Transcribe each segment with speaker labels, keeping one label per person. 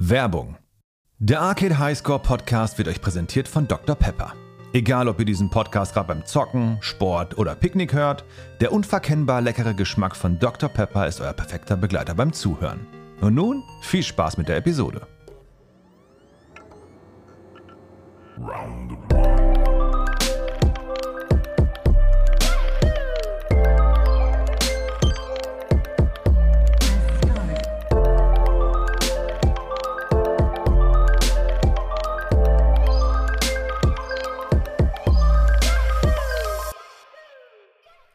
Speaker 1: Werbung. Der Arcade Highscore Podcast wird euch präsentiert von Dr. Pepper. Egal, ob ihr diesen Podcast gerade beim Zocken, Sport oder Picknick hört, der unverkennbar leckere Geschmack von Dr. Pepper ist euer perfekter Begleiter beim Zuhören. Und nun viel Spaß mit der Episode.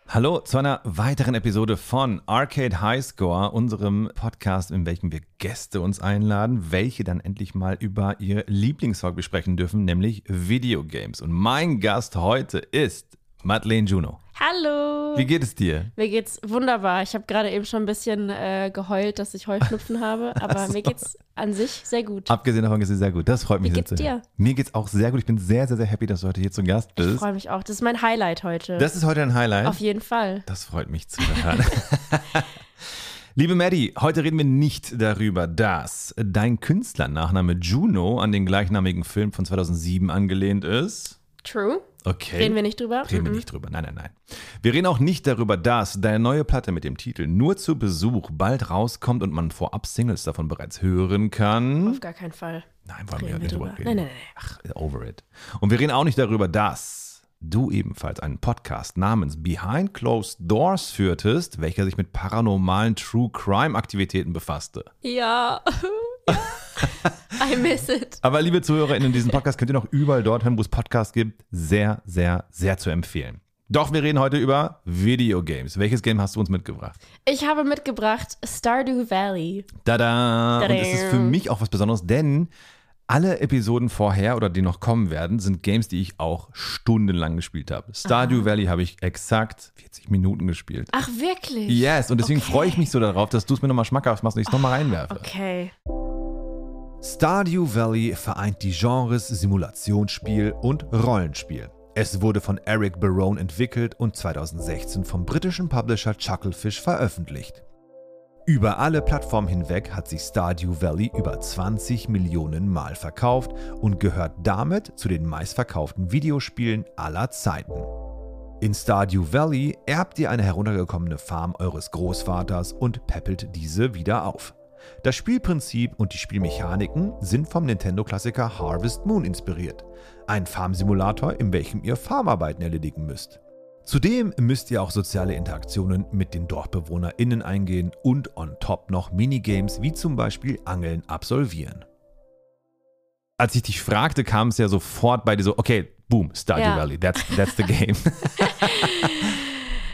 Speaker 1: Hallo zu einer weiteren Episode von Arcade Highscore, unserem Podcast, in welchem wir Gäste uns einladen, welche dann endlich mal über ihr Lieblingshock besprechen dürfen, nämlich Videogames. Und mein Gast heute ist Madeleine Juno.
Speaker 2: Hallo.
Speaker 1: Wie geht es dir?
Speaker 2: mir geht's wunderbar. Ich habe gerade eben schon ein bisschen äh, geheult, dass ich Heuschnupfen habe, aber mir geht's an sich sehr gut.
Speaker 1: Abgesehen davon geht es dir sehr gut. Das freut mich
Speaker 2: Wie
Speaker 1: sehr
Speaker 2: geht's
Speaker 1: zu hören.
Speaker 2: dir?
Speaker 1: Mir geht's auch sehr gut. Ich bin sehr, sehr, sehr happy, dass du heute hier zu Gast
Speaker 2: Ich
Speaker 1: bist.
Speaker 2: freue mich auch. Das ist mein Highlight heute.
Speaker 1: Das ist heute ein Highlight.
Speaker 2: Auf jeden Fall.
Speaker 1: Das freut mich zu hören. Liebe Maddie, heute reden wir nicht darüber, dass dein Künstlernachname Juno an den gleichnamigen Film von 2007 angelehnt ist.
Speaker 2: True.
Speaker 1: Okay.
Speaker 2: Reden wir nicht drüber?
Speaker 1: Reden wir
Speaker 2: Mhm.
Speaker 1: nicht drüber. Nein, nein, nein. Wir reden auch nicht darüber, dass deine neue Platte mit dem Titel Nur zu Besuch bald rauskommt und man vorab Singles davon bereits hören kann.
Speaker 2: Mhm. Auf gar keinen Fall.
Speaker 1: Nein, wollen wir
Speaker 2: Reden wir
Speaker 1: nicht drüber
Speaker 2: drüber.
Speaker 1: reden.
Speaker 2: Nein, nein, nein, nein.
Speaker 1: Ach, over it. Und wir reden auch nicht darüber, dass du ebenfalls einen Podcast namens Behind Closed Doors führtest, welcher sich mit paranormalen True Crime Aktivitäten befasste.
Speaker 2: Ja. ja. I miss it.
Speaker 1: Aber liebe ZuhörerInnen, diesen Podcast könnt ihr noch überall dort hören, wo es Podcasts gibt. Sehr, sehr, sehr zu empfehlen. Doch wir reden heute über Videogames. Welches Game hast du uns mitgebracht?
Speaker 2: Ich habe mitgebracht Stardew Valley.
Speaker 1: Tada! Und
Speaker 2: Tada.
Speaker 1: es ist für mich auch was Besonderes, denn alle Episoden vorher oder die noch kommen werden, sind Games, die ich auch stundenlang gespielt habe. Stardew Valley habe ich exakt 40 Minuten gespielt.
Speaker 2: Ach, wirklich?
Speaker 1: Yes, und deswegen
Speaker 2: Okay.
Speaker 1: freue ich mich so darauf, dass du es mir nochmal schmackhaft machst und ich es nochmal reinwerfe.
Speaker 2: Okay.
Speaker 1: Stardew Valley vereint die Genres Simulationsspiel und Rollenspiel. Es wurde von Eric Barone entwickelt und 2016 vom britischen Publisher Chucklefish veröffentlicht. Über alle Plattformen hinweg hat sich Stardew Valley über 20 Millionen Mal verkauft und gehört damit zu den meistverkauften Videospielen aller Zeiten. In Stardew Valley erbt ihr eine heruntergekommene Farm eures Großvaters und peppelt diese wieder auf. Das Spielprinzip und die Spielmechaniken sind vom Nintendo-Klassiker Harvest Moon inspiriert, ein Farmsimulator, in welchem ihr Farmarbeiten erledigen müsst. Zudem müsst ihr auch soziale Interaktionen mit den DorfbewohnerInnen eingehen und on top noch Minigames wie zum Beispiel Angeln absolvieren. Als ich dich fragte, kam es ja sofort bei dir so, okay, boom, Stardew
Speaker 2: Ja.
Speaker 1: Valley, that's, that's the game.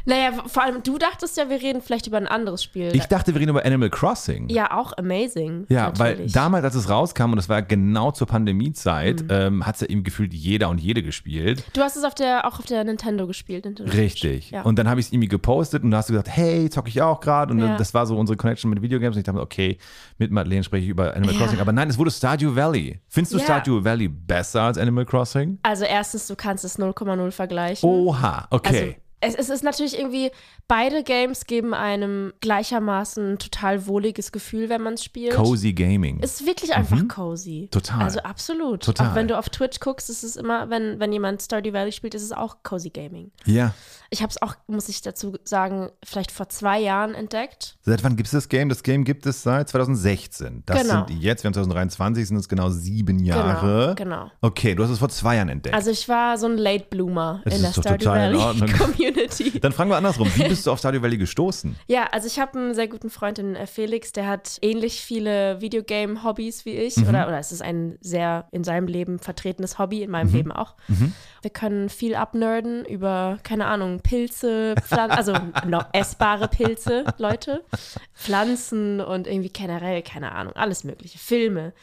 Speaker 2: Naja, vor allem, du dachtest ja, wir reden vielleicht über ein anderes Spiel.
Speaker 1: Ich dachte, wir reden über Animal Crossing.
Speaker 2: ja, auch amazing.
Speaker 1: Ja, weil
Speaker 2: natürlich.
Speaker 1: damals, als es rauskam, und das war genau zur Pandemiezeit,
Speaker 2: Mhm.
Speaker 1: ähm, hat es ja eben gefühlt jeder und jede gespielt.
Speaker 2: Du hast es auf der, auch auf der Nintendo gespielt. Nintendo
Speaker 1: Richtig.
Speaker 2: Ja.
Speaker 1: Und dann habe ich es irgendwie gepostet und da hast du gesagt, hey, zocke ich auch gerade. Und dann-
Speaker 2: Ja.
Speaker 1: das war so unsere Connection mit Videogames. Und ich dachte, mir, okay, mit Madeleine spreche ich über Animal
Speaker 2: Ja.
Speaker 1: Crossing. Aber nein, es wurde Stardew Valley. Findest du
Speaker 2: Ja.
Speaker 1: Stardew Valley besser als Animal Crossing?
Speaker 2: Also erstens, du kannst es 0,0 vergleichen.
Speaker 1: Oha,
Speaker 2: also,
Speaker 1: okay.
Speaker 2: es, es ist natürlich irgendwie, beide Games geben einem gleichermaßen ein total wohliges Gefühl, wenn man es spielt.
Speaker 1: Cozy Gaming.
Speaker 2: Also, Es ist wirklich einfach cozy.
Speaker 1: Total.
Speaker 2: Also absolut.
Speaker 1: Total.
Speaker 2: Auch wenn du auf Twitch guckst, ist es immer, wenn, wenn jemand Stardew Valley spielt, ist es auch cozy Gaming.
Speaker 1: ja.
Speaker 2: Ich habe es auch, muss ich dazu sagen, vielleicht vor zwei Jahren entdeckt.
Speaker 1: Seit wann gibt es das Game? Das Game gibt es seit 2016. Das
Speaker 2: Genau.
Speaker 1: sind jetzt, wir haben 2023, sind es genau sieben Jahre.
Speaker 2: Genau, genau.
Speaker 1: Okay, du hast es vor zwei Jahren entdeckt.
Speaker 2: Also ich war so ein Late Bloomer
Speaker 1: Es
Speaker 2: in der
Speaker 1: ist doch
Speaker 2: Stardew
Speaker 1: total in
Speaker 2: Valley
Speaker 1: Ordnung.
Speaker 2: Community.
Speaker 1: Dann fragen wir andersrum. Wie bist du auf Stardew Valley gestoßen?
Speaker 2: Ja, also ich habe einen sehr guten Freund, den äh, Felix, der hat ähnlich viele Videogame-Hobbys wie ich. Oder, oder es ist ein sehr in seinem Leben vertretenes Hobby, in meinem Leben auch. Wir können viel abnerden über, keine Ahnung, Pilze, Pflanzen, also no, essbare Pilze, Leute. Pflanzen und irgendwie generell, keine Ahnung, alles Mögliche. Filme.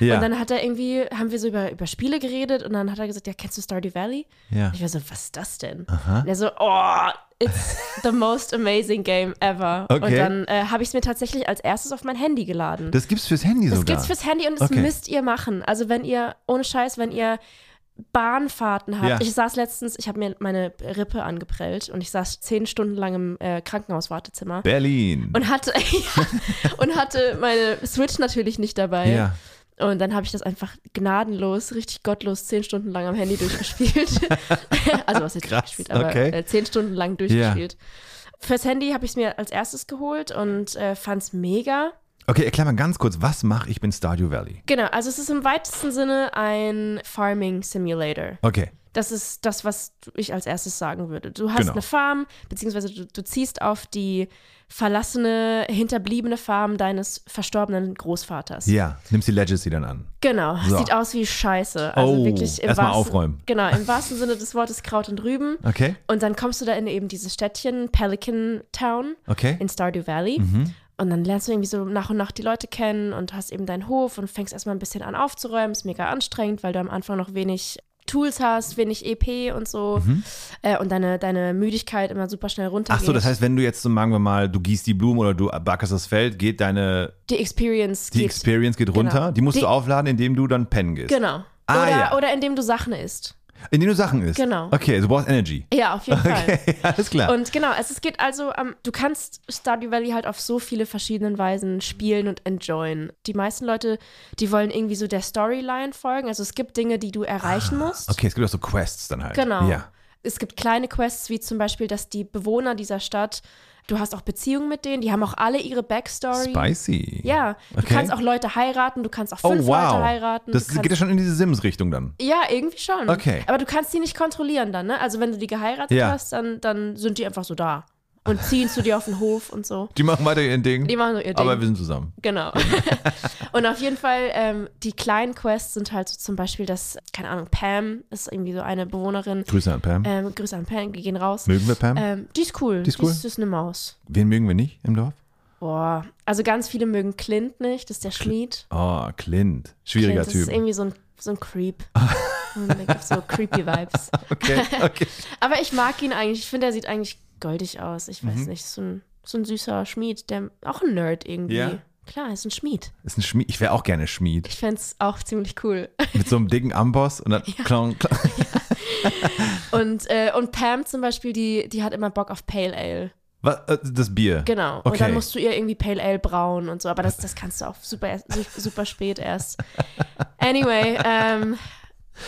Speaker 1: Ja.
Speaker 2: Und dann hat er irgendwie, haben wir so über, über Spiele geredet und dann hat er gesagt, ja, kennst du Stardew Valley?
Speaker 1: Ja.
Speaker 2: Und ich war so, was ist das denn? Und er so, oh, it's the most amazing game ever.
Speaker 1: Okay.
Speaker 2: Und dann äh, habe ich es mir tatsächlich als erstes auf mein Handy geladen.
Speaker 1: Das gibt's fürs Handy
Speaker 2: das
Speaker 1: sogar.
Speaker 2: gibt's fürs Handy und das
Speaker 1: Okay.
Speaker 2: müsst ihr machen. Also wenn ihr, ohne Scheiß, wenn ihr Bahnfahrten habt.
Speaker 1: Ja.
Speaker 2: Ich saß letztens, ich habe mir meine Rippe angeprellt und ich saß zehn Stunden lang im äh, Krankenhauswartezimmer.
Speaker 1: Berlin.
Speaker 2: Und hatte, ja, und hatte meine Switch natürlich nicht dabei.
Speaker 1: ja.
Speaker 2: Und dann habe ich das einfach gnadenlos, richtig gottlos zehn Stunden lang am Handy durchgespielt. also was jetzt
Speaker 1: Krass,
Speaker 2: durchgespielt, aber
Speaker 1: okay.
Speaker 2: äh, zehn Stunden lang durchgespielt. Fürs Handy habe ich es mir als erstes geholt und äh, fand es mega.
Speaker 1: Okay, erklär mal ganz kurz, was mache ich bin Stardew Valley?
Speaker 2: Genau, also es ist im weitesten Sinne ein Farming Simulator.
Speaker 1: Okay.
Speaker 2: Das ist das, was ich als erstes sagen würde. Du hast
Speaker 1: Genau.
Speaker 2: eine Farm, beziehungsweise du, du ziehst auf die verlassene, hinterbliebene Farm deines verstorbenen Großvaters.
Speaker 1: Ja, nimmst die Legacy dann an.
Speaker 2: Genau.
Speaker 1: So.
Speaker 2: Sieht aus wie Scheiße. Also
Speaker 1: Oh,
Speaker 2: wirklich im
Speaker 1: erstmal
Speaker 2: wahrsten-
Speaker 1: aufräumen.
Speaker 2: Genau, im wahrsten Sinne des Wortes Kraut und Rüben.
Speaker 1: Okay,
Speaker 2: Und dann kommst du da in eben dieses Städtchen, Pelican Town
Speaker 1: okay.
Speaker 2: in Stardew Valley.
Speaker 1: Mhm.
Speaker 2: Und dann lernst du irgendwie so nach und nach die Leute kennen und hast eben deinen Hof und fängst erstmal ein bisschen an aufzuräumen. Ist mega anstrengend, weil du am Anfang noch wenig Tools hast, wenig EP und so. Äh, und deine, deine Müdigkeit immer super schnell runtergeht.
Speaker 1: Mhm. Ach so, das heißt, wenn du jetzt, so, sagen wir mal, du gießt die Blumen oder du backerst das Feld, geht deine,
Speaker 2: die Experience
Speaker 1: die
Speaker 2: geht.
Speaker 1: Experience geht runter. Die musst du
Speaker 2: Genau. Die-
Speaker 1: aufladen, indem du dann pennen gehst.
Speaker 2: Genau.
Speaker 1: Ah,
Speaker 2: oder,
Speaker 1: ja.
Speaker 2: oder indem du Sachen isst.
Speaker 1: Indem du Sachen isst.
Speaker 2: Genau.
Speaker 1: Okay, also du brauchst Energy.
Speaker 2: Ja, auf jeden Fall.
Speaker 1: Okay, alles klar.
Speaker 2: Und genau, also es geht also, am- du kannst Stardew Valley halt auf so viele verschiedenen Weisen spielen und enjoyen. Die meisten Leute, die wollen irgendwie so der Storyline folgen. Also es gibt Dinge, die du erreichen musst.
Speaker 1: Ah, okay, es gibt auch so Quests dann halt.
Speaker 2: Genau.
Speaker 1: Ja.
Speaker 2: Es gibt kleine Quests, wie zum Beispiel, dass die Bewohner dieser Stadt, du hast auch Beziehungen mit denen, die haben auch alle ihre Backstory.
Speaker 1: Spicy.
Speaker 2: Ja, du
Speaker 1: Okay.
Speaker 2: kannst auch Leute heiraten, du kannst auch
Speaker 1: Oh,
Speaker 2: fünf
Speaker 1: wow.
Speaker 2: Leute heiraten.
Speaker 1: das
Speaker 2: du kannst,
Speaker 1: geht ja schon in diese Sims-Richtung dann.
Speaker 2: ja, irgendwie schon.
Speaker 1: Okay.
Speaker 2: Aber du kannst die nicht kontrollieren dann, ne? Also wenn du die geheiratet
Speaker 1: Ja.
Speaker 2: hast, dann, dann sind die einfach so da und ziehen zu dir auf den Hof und so.
Speaker 1: Die machen weiter ihr Ding.
Speaker 2: Die machen so ihr Ding.
Speaker 1: Aber wir sind zusammen.
Speaker 2: Genau. und auf jeden Fall, ähm, die kleinen Quests sind halt so zum Beispiel, dass, keine Ahnung, Pam ist irgendwie so eine Bewohnerin.
Speaker 1: Grüße an Pam.
Speaker 2: Ähm, Grüße an Pam, wir gehen raus.
Speaker 1: mögen wir Pam?
Speaker 2: Ähm, die ist cool. Die
Speaker 1: ist cool?
Speaker 2: Die ist eine Maus.
Speaker 1: Wen mögen wir nicht im Dorf?
Speaker 2: Boah. Also ganz viele mögen Clint nicht, das ist der Schmied.
Speaker 1: Oh, Clint. Schwieriger
Speaker 2: Clint ist
Speaker 1: Typ.
Speaker 2: irgendwie so ein, so ein Creep. Und da gibt's so creepy Vibes.
Speaker 1: Okay, okay.
Speaker 2: Aber ich mag ihn eigentlich. Ich finde, er sieht eigentlich goldig aus. Ich
Speaker 1: Mhm.
Speaker 2: weiß nicht, so ein, so ein süßer Schmied, der auch ein Nerd irgendwie.
Speaker 1: Ja.
Speaker 2: Klar, er ist ein Schmied.
Speaker 1: Ist ein Schmied. Ich wäre auch gerne Schmied.
Speaker 2: Ich fände es auch ziemlich cool.
Speaker 1: Mit so einem dicken Amboss und dann klong, klong.
Speaker 2: Und, äh, und Pam zum Beispiel, die, die hat immer Bock auf Pale Ale.
Speaker 1: Was, äh, das Bier.
Speaker 2: Genau.
Speaker 1: Okay.
Speaker 2: Und dann musst du ihr irgendwie Pale Ale brauen und so. Aber das, das kannst du auch super, erst- su- super spät erst. Anyway, ähm,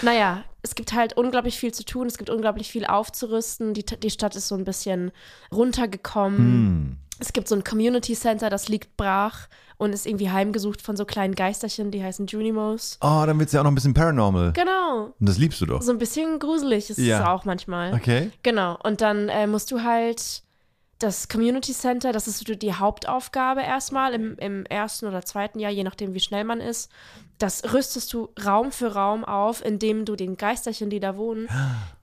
Speaker 2: naja, es gibt halt unglaublich viel zu tun. Es gibt unglaublich viel aufzurüsten. Die, die Stadt ist so ein bisschen runtergekommen.
Speaker 1: Hm.
Speaker 2: Es gibt so ein Community Center, das liegt brach und ist irgendwie heimgesucht von so kleinen Geisterchen, die heißen Junimos.
Speaker 1: Oh, dann wird's ja auch noch ein bisschen paranormal.
Speaker 2: Genau.
Speaker 1: Und das liebst du doch.
Speaker 2: So ein bisschen gruselig ist
Speaker 1: Ja.
Speaker 2: es auch manchmal.
Speaker 1: Okay.
Speaker 2: Genau, und dann äh, musst du halt das Community Center, das ist so die Hauptaufgabe erstmal im, im ersten oder zweiten Jahr, je nachdem, wie schnell man ist. Das rüstest du Raum für Raum auf, indem du den Geisterchen, die da wohnen,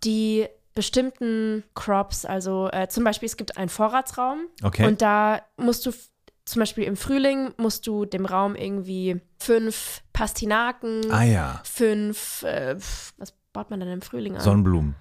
Speaker 2: die bestimmten Crops, also äh, zum Beispiel es gibt einen Vorratsraum
Speaker 1: Okay.
Speaker 2: und da musst du f- zum Beispiel im Frühling musst du dem Raum irgendwie fünf Pastinaken,
Speaker 1: ah ja.
Speaker 2: fünf, äh, pf, was baut man denn im Frühling an?
Speaker 1: Sonnenblumen.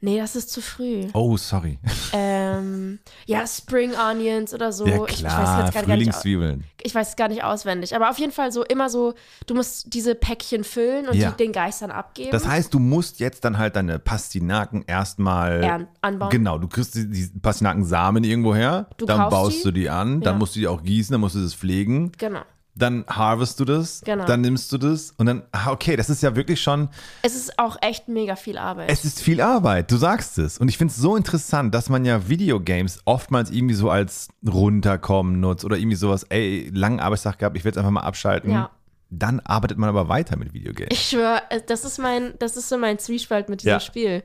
Speaker 2: nee, das ist zu früh.
Speaker 1: Oh, sorry.
Speaker 2: Ähm, ja, Spring Onions oder so.
Speaker 1: ja
Speaker 2: Ich-
Speaker 1: klar,
Speaker 2: Ich, weiß jetzt gar nicht, au-
Speaker 1: Frühlingszwiebeln.
Speaker 2: ich weiß es gar nicht auswendig. Aber auf jeden Fall so immer so, du musst diese Päckchen füllen und
Speaker 1: Ja.
Speaker 2: die den Geistern abgeben.
Speaker 1: Das heißt, du musst jetzt dann halt deine Pastinaken erstmal
Speaker 2: Ern- anbauen.
Speaker 1: Genau, du kriegst die, die Pastinakensamen irgendwo her,
Speaker 2: Du
Speaker 1: dann
Speaker 2: kaufst
Speaker 1: baust
Speaker 2: die.
Speaker 1: du die an, dann
Speaker 2: Ja.
Speaker 1: musst du die auch gießen, dann musst du das pflegen,
Speaker 2: genau.
Speaker 1: dann harvest du das,
Speaker 2: Genau.
Speaker 1: dann nimmst du das und dann, ah, okay, das ist ja wirklich schon,
Speaker 2: Es ist auch echt mega viel Arbeit.
Speaker 1: es ist viel Arbeit, du sagst es. Und ich finde es so interessant, dass man ja Videogames oftmals irgendwie so als runterkommen nutzt oder irgendwie sowas, ey, langen Arbeitstag gehabt, ich will jetzt einfach mal abschalten.
Speaker 2: Ja.
Speaker 1: Dann arbeitet man aber weiter mit Videogames.
Speaker 2: ich schwöre, äh, das ist mein, das ist so mein Zwiespalt mit diesem
Speaker 1: Ja.
Speaker 2: Spiel. äh,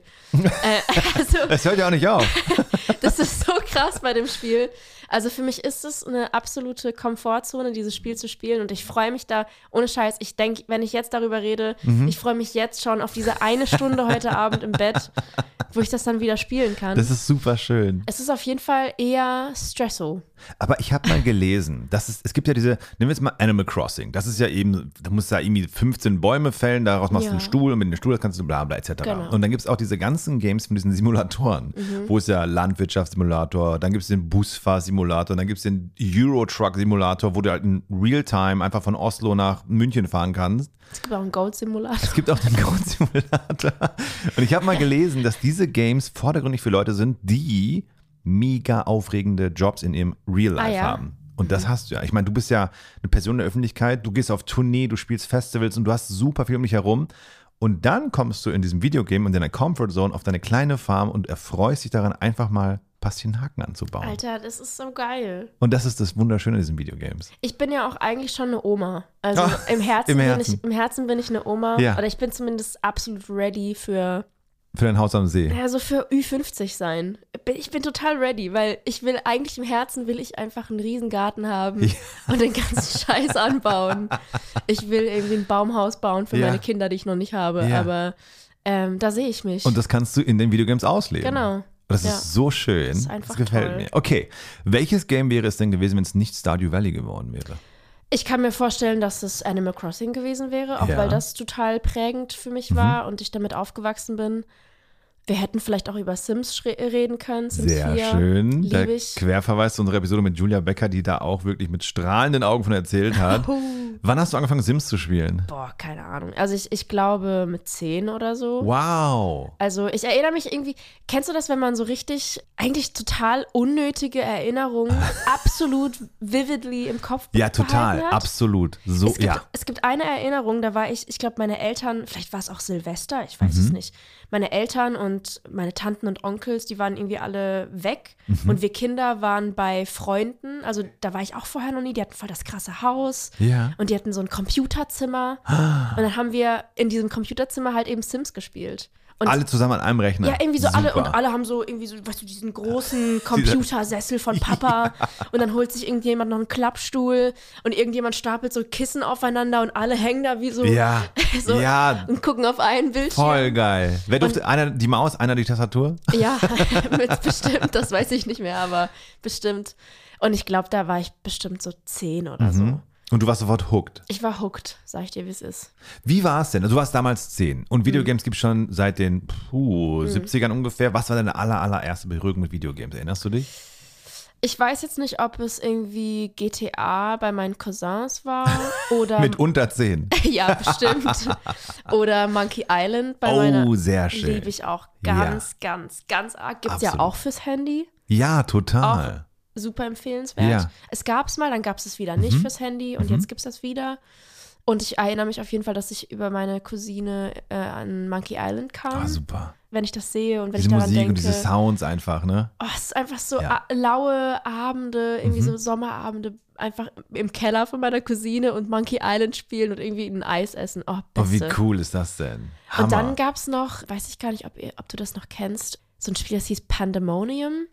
Speaker 2: also,
Speaker 1: Es hört ja auch nicht auf.
Speaker 2: das ist so krass bei dem Spiel. Also für mich ist es eine absolute Komfortzone, dieses Spiel zu spielen. Und ich freue mich da, ohne Scheiß, ich denke, wenn ich jetzt darüber rede,
Speaker 1: Mhm.
Speaker 2: ich freue mich jetzt schon auf diese eine Stunde heute Abend im Bett, wo ich das dann wieder spielen kann.
Speaker 1: Das ist super schön.
Speaker 2: es ist auf jeden Fall eher Stresso.
Speaker 1: Aber ich habe mal gelesen, dass es, es gibt ja diese, nehmen wir jetzt mal Animal Crossing. Das ist ja eben, du musst da irgendwie 15 Bäume fällen, daraus machst du
Speaker 2: Ja.
Speaker 1: einen Stuhl und mit dem Stuhl das kannst du bla bla etc.
Speaker 2: Genau. Mhm.
Speaker 1: Und dann gibt es auch diese ganzen Games von diesen Simulatoren, wo es ja Landwirtschaftssimulator, dann gibt es den Busfahrsimulator, dann gibt es den Euro-Truck-Simulator, wo du halt in Real-Time einfach von Oslo nach München fahren kannst.
Speaker 2: Es gibt auch einen Gold-Simulator.
Speaker 1: Es gibt auch den Goat-Simulator. Und ich habe mal gelesen, dass diese Games vordergründig für Leute sind, die mega aufregende Jobs in ihrem Real Life
Speaker 2: Ah, ja?
Speaker 1: haben. Und das hast du ja. Ich meine, du bist ja eine Person der Öffentlichkeit, du gehst auf Tournee, du spielst Festivals und du hast super viel um dich herum. Und dann kommst du in diesem Videogame, in deiner Comfort Zone, auf deine kleine Farm und erfreust dich daran, einfach mal Passionaken anzubauen.
Speaker 2: Alter, das ist so geil.
Speaker 1: Und das ist das Wunderschöne in diesen Videogames.
Speaker 2: Ich bin ja auch eigentlich schon eine Oma. Also
Speaker 1: Ach,
Speaker 2: im, Herzen
Speaker 1: Ah, im
Speaker 2: Bin
Speaker 1: Herzen.
Speaker 2: ich, im Herzen bin ich eine Oma.
Speaker 1: Ja.
Speaker 2: Oder ich bin zumindest absolut ready für,
Speaker 1: Für dein Haus am See.
Speaker 2: ja, so für Ü50 sein. Bin- Ich bin total ready, weil ich will eigentlich im Herzen will ich einfach einen Riesengarten haben
Speaker 1: Ja.
Speaker 2: und den ganzen Scheiß anbauen. Ich will irgendwie ein Baumhaus bauen für
Speaker 1: Ja.
Speaker 2: meine Kinder, die ich noch nicht habe.
Speaker 1: Ja.
Speaker 2: Aber ähm, da sehe ich mich.
Speaker 1: Und das kannst du in den Videogames ausleben.
Speaker 2: genau.
Speaker 1: Das
Speaker 2: Ja.
Speaker 1: ist so schön.
Speaker 2: ist
Speaker 1: das
Speaker 2: einfach
Speaker 1: gefällt
Speaker 2: toll.
Speaker 1: mir. Okay, welches Game wäre es denn gewesen, wenn es nicht Stardew Valley geworden wäre?
Speaker 2: Ich kann mir vorstellen, dass es Animal Crossing gewesen wäre, auch
Speaker 1: Ja. Mhm.
Speaker 2: weil das total prägend für mich war und ich damit aufgewachsen bin. Wir hätten vielleicht auch über Sims schre- reden können. Sims
Speaker 1: Sehr
Speaker 2: 4.
Speaker 1: schön.
Speaker 2: Lieb
Speaker 1: Der
Speaker 2: ich.
Speaker 1: Querverweis zu unserer Episode mit Julia Becker, die da auch wirklich mit strahlenden Augen von erzählt hat.
Speaker 2: Oh.
Speaker 1: Wann hast du angefangen, Sims zu spielen?
Speaker 2: Boah, keine Ahnung. Also ich, ich glaube mit 10 oder so.
Speaker 1: Wow.
Speaker 2: Also ich erinnere mich irgendwie, kennst du das, wenn man so richtig, eigentlich total unnötige Erinnerungen absolut vividly im Kopf
Speaker 1: Ja,
Speaker 2: behalten
Speaker 1: total.
Speaker 2: hat?
Speaker 1: Absolut. So,
Speaker 2: Es gibt,
Speaker 1: ja.
Speaker 2: es gibt eine Erinnerung, da war ich, ich glaube, meine Eltern, vielleicht war es auch Silvester, ich weiß
Speaker 1: Mhm.
Speaker 2: es nicht. Meine Eltern und meine Tanten und Onkels, die waren irgendwie alle weg.
Speaker 1: Mhm.
Speaker 2: Und wir Kinder waren bei Freunden, also da war ich auch vorher noch nie, die hatten voll das krasse Haus.
Speaker 1: Ja. Ah.
Speaker 2: Und die hatten so ein Computerzimmer. Und dann haben wir in diesem Computerzimmer halt eben Sims gespielt. Und
Speaker 1: Alle zusammen an einem Rechner.
Speaker 2: ja, irgendwie so alle
Speaker 1: Super.
Speaker 2: und alle haben so irgendwie so, weißt du, diesen großen Computersessel von Papa und dann holt sich irgendjemand noch einen Klappstuhl und irgendjemand stapelt so Kissen aufeinander und alle hängen da wie so,
Speaker 1: Ja.
Speaker 2: so
Speaker 1: ja.
Speaker 2: und gucken auf einen Bildschirm.
Speaker 1: Voll geil. Wer durfte einer die Maus, einer die Tastatur?
Speaker 2: Ja, mit bestimmt, das weiß ich nicht mehr, aber bestimmt. Und ich glaube, da war ich bestimmt so zehn oder so.
Speaker 1: Und du warst sofort hooked.
Speaker 2: Ich war hooked, sag ich dir, wie es ist.
Speaker 1: Wie war es denn? Also du warst damals 10
Speaker 2: Mhm.
Speaker 1: und Videogames gibt es schon seit den puh, 70ern ungefähr. Was war deine aller, allererste Berührung mit Videogames? Erinnerst du dich?
Speaker 2: Ich weiß jetzt nicht, ob es irgendwie GTA bei meinen Cousins war oder
Speaker 1: mit unter 10.
Speaker 2: Ja, bestimmt. Oder Monkey Island bei
Speaker 1: Oh,
Speaker 2: meiner
Speaker 1: sehr schön.
Speaker 2: liebe ich auch ganz, ganz, ganz arg. Gibt's ja
Speaker 1: Absolut.
Speaker 2: auch fürs Handy.
Speaker 1: Ja, total.
Speaker 2: Super empfehlenswert.
Speaker 1: Ja. Mhm.
Speaker 2: Es gab's mal, dann gab's es wieder nicht fürs Handy und jetzt gibt's das wieder. Und ich erinnere mich auf jeden Fall, dass ich über meine Cousine äh, an Monkey Island kam,
Speaker 1: Ah, super.
Speaker 2: wenn ich das sehe und wenn
Speaker 1: Diese
Speaker 2: ich daran
Speaker 1: Musik
Speaker 2: denke.
Speaker 1: und diese Sounds einfach, ne?
Speaker 2: Oh, es ist einfach so
Speaker 1: Ja. Mhm.
Speaker 2: a- laue Abende, irgendwie so Sommerabende, einfach im Keller von meiner Cousine und Monkey Island spielen und irgendwie ein Eis essen. Oh,
Speaker 1: Oh, wie
Speaker 2: beste.
Speaker 1: cool ist das denn? Hammer.
Speaker 2: Und dann gab es noch, weiß ich gar nicht, ob, ihr, ob du das noch kennst, so ein Spiel, das hieß Pandemonium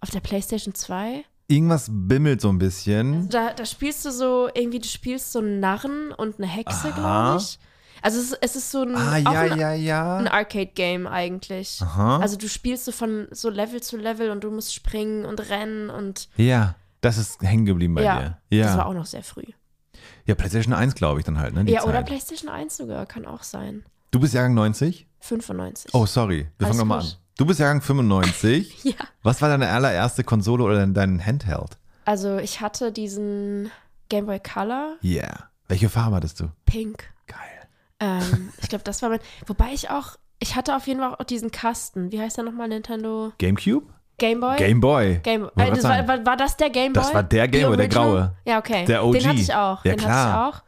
Speaker 2: auf der PlayStation 2.
Speaker 1: Irgendwas bimmelt so ein bisschen.
Speaker 2: Da, da spielst du so, irgendwie, du spielst so einen Narren und eine Hexe,
Speaker 1: Aha.
Speaker 2: glaube ich. Also es, ist- es ist so ein,
Speaker 1: Ah,
Speaker 2: auch
Speaker 1: ja,
Speaker 2: ein,
Speaker 1: ja, ja.
Speaker 2: ein Arcade-Game eigentlich.
Speaker 1: Aha.
Speaker 2: Also du spielst so von so Level zu Level und du musst springen und rennen und
Speaker 1: ja, das ist hängen geblieben bei
Speaker 2: ja,
Speaker 1: dir.
Speaker 2: das war
Speaker 1: Ja.
Speaker 2: auch noch sehr früh.
Speaker 1: Ja, PlayStation 1, glaube ich, dann halt, ne? Die
Speaker 2: ja, oder
Speaker 1: Zeit.
Speaker 2: PlayStation 1 sogar, kann auch sein.
Speaker 1: Du bist Jahrgang 90?
Speaker 2: 95.
Speaker 1: Oh, sorry. Wir fangen
Speaker 2: Alles
Speaker 1: nochmal
Speaker 2: gut.
Speaker 1: an. Du bist Jahrgang 95.
Speaker 2: Ja.
Speaker 1: Was war deine allererste Konsole oder dein- dein Handheld?
Speaker 2: Also ich hatte diesen Game Boy Color,
Speaker 1: Yeah. Welche Farbe hattest du?
Speaker 2: pink.
Speaker 1: Geil.
Speaker 2: Ähm, ich glaube, das war mein. Wobei ich auch. Ich hatte auf jeden Fall auch diesen Kasten. Wie heißt der nochmal? Nintendo
Speaker 1: Gamecube?
Speaker 2: Game Boy?
Speaker 1: Game Boy.
Speaker 2: Game Boy.
Speaker 1: Wollte
Speaker 2: Äh, das
Speaker 1: grad
Speaker 2: war,
Speaker 1: sagen.
Speaker 2: war, war das der Game Boy?
Speaker 1: Das war der Game
Speaker 2: Die
Speaker 1: Boy, der
Speaker 2: Original?
Speaker 1: graue.
Speaker 2: Ja, okay.
Speaker 1: Der OG.
Speaker 2: Den hatte ich auch.
Speaker 1: Ja,
Speaker 2: Den
Speaker 1: klar.
Speaker 2: hatte ich auch.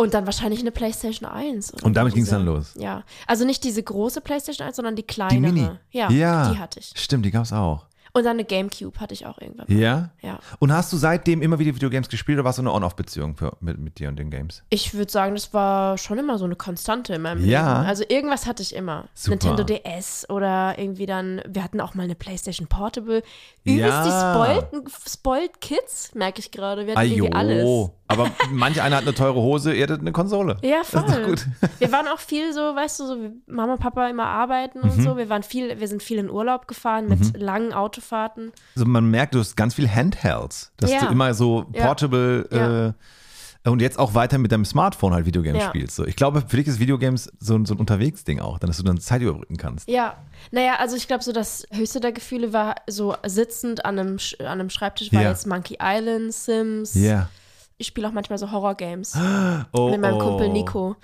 Speaker 2: Und dann wahrscheinlich eine PlayStation 1. oder
Speaker 1: Und damit
Speaker 2: so.
Speaker 1: ging's dann los.
Speaker 2: Ja. Also nicht diese große PlayStation 1, sondern die
Speaker 1: Die
Speaker 2: kleinere.
Speaker 1: Mini.
Speaker 2: Ja, die hatte ich.
Speaker 1: Stimmt, die gab's auch.
Speaker 2: Und dann eine Gamecube hatte ich auch irgendwann.
Speaker 1: Ja?
Speaker 2: Ja.
Speaker 1: Und hast du seitdem immer wieder Videogames gespielt oder warst du eine On-Off-Beziehung für- mit, mit dir und den Games?
Speaker 2: Ich würde sagen, das war schon immer so eine Konstante in meinem
Speaker 1: Ja.
Speaker 2: Leben. Also irgendwas hatte ich immer.
Speaker 1: Super.
Speaker 2: Nintendo DS oder irgendwie dann, wir hatten auch mal eine PlayStation Portable. Übelst
Speaker 1: Ja.
Speaker 2: die spoilten, spoilt Kids, merke ich gerade. Wir hatten irgendwie alles.
Speaker 1: Aber manch einer hat eine teure Hose, ihr hattet eine Konsole.
Speaker 2: Ja,
Speaker 1: Das ist
Speaker 2: voll.
Speaker 1: doch gut.
Speaker 2: Wir waren auch viel so, weißt du, so wie Mama und Papa immer arbeiten
Speaker 1: Mhm.
Speaker 2: und so. Wir waren viel, wir sind viel in Urlaub gefahren mit langen Autofahrten.
Speaker 1: Also man merkt, du hast ganz viel Handhelds, dass
Speaker 2: Ja.
Speaker 1: du immer so
Speaker 2: Ja.
Speaker 1: portable
Speaker 2: Ja.
Speaker 1: Äh, und jetzt auch weiter mit deinem Smartphone halt Videogames
Speaker 2: Ja.
Speaker 1: spielst. So. Ich glaube, für dich ist Videogames so, ein- so ein Unterwegsding auch, dann dass du dann Zeit überbrücken kannst.
Speaker 2: Ja, naja, also ich glaube, so das höchste der Gefühle war so sitzend an einem, Sch- an einem Schreibtisch war
Speaker 1: Ja.
Speaker 2: jetzt Monkey Island, Sims.
Speaker 1: Ja.
Speaker 2: Ich spiele auch manchmal so Horror-Games.
Speaker 1: Oh,
Speaker 2: mit meinem
Speaker 1: oh.
Speaker 2: Kumpel Nico.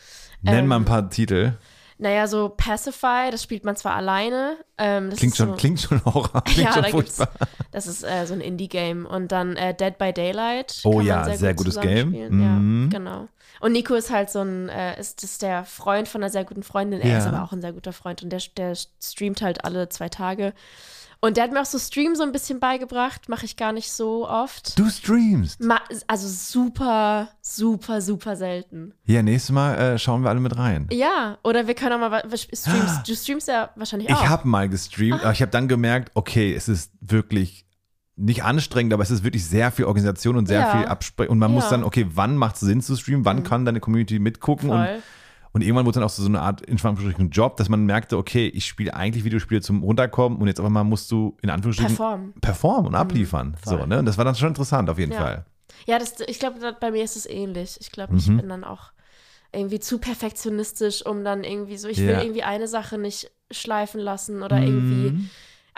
Speaker 1: Nenn
Speaker 2: Ähm,
Speaker 1: mal ein paar Titel.
Speaker 2: Naja, so Pacify, das spielt man zwar alleine. Ähm, das
Speaker 1: Klingt
Speaker 2: ist
Speaker 1: schon,
Speaker 2: so,
Speaker 1: klingt schon Horror. Klingt
Speaker 2: ja,
Speaker 1: schon
Speaker 2: da gibt's,
Speaker 1: furchtbar.
Speaker 2: das ist äh, so ein Indie-Game. Und dann äh, Dead by Daylight.
Speaker 1: Oh
Speaker 2: kann man
Speaker 1: ja,
Speaker 2: sehr,
Speaker 1: sehr
Speaker 2: gut
Speaker 1: gutes Game.
Speaker 2: zusammenspielen.
Speaker 1: Mhm.
Speaker 2: Ja, genau. Und Nico ist halt so ein, äh, ist, ist der Freund von einer sehr guten Freundin. Er
Speaker 1: Ja.
Speaker 2: ist aber auch ein sehr guter Freund und der, der streamt halt alle zwei Tage. Und der hat mir auch so Stream so ein bisschen beigebracht, mache ich gar nicht so oft.
Speaker 1: Du streamst.
Speaker 2: Ma also super, super, super selten.
Speaker 1: Ja, nächstes Mal äh, schauen wir alle mit rein.
Speaker 2: Ja, oder wir können auch mal, wa- was streamst, du streamst ja wahrscheinlich auch.
Speaker 1: Ich habe mal gestreamt, aber ich habe dann gemerkt, okay, es ist wirklich nicht anstrengend, aber es ist wirklich sehr viel Organisation und sehr
Speaker 2: Ja.
Speaker 1: viel Absprechen. Und man muss
Speaker 2: Ja. Mhm.
Speaker 1: dann, okay, wann macht es Sinn zu streamen, wann kann deine Community mitgucken und
Speaker 2: Voll.
Speaker 1: Und irgendwann wurde dann auch so eine Art in Anführungsstrichen Job, dass man merkte, okay, ich spiele eigentlich Videospiele zum Runterkommen und jetzt auf einmal musst du in Anführungsstrichen
Speaker 2: Performen. Mhm.
Speaker 1: performen und abliefern.
Speaker 2: voll.
Speaker 1: so, ne? Und das war dann schon interessant auf jeden
Speaker 2: Ja.
Speaker 1: Fall.
Speaker 2: Ja, das, ich glaube, bei mir ist es ähnlich. Ich glaube,
Speaker 1: Mhm.
Speaker 2: ich bin dann auch irgendwie zu perfektionistisch, um dann irgendwie so, ich will
Speaker 1: Ja. Mhm.
Speaker 2: irgendwie eine Sache nicht schleifen lassen oder irgendwie,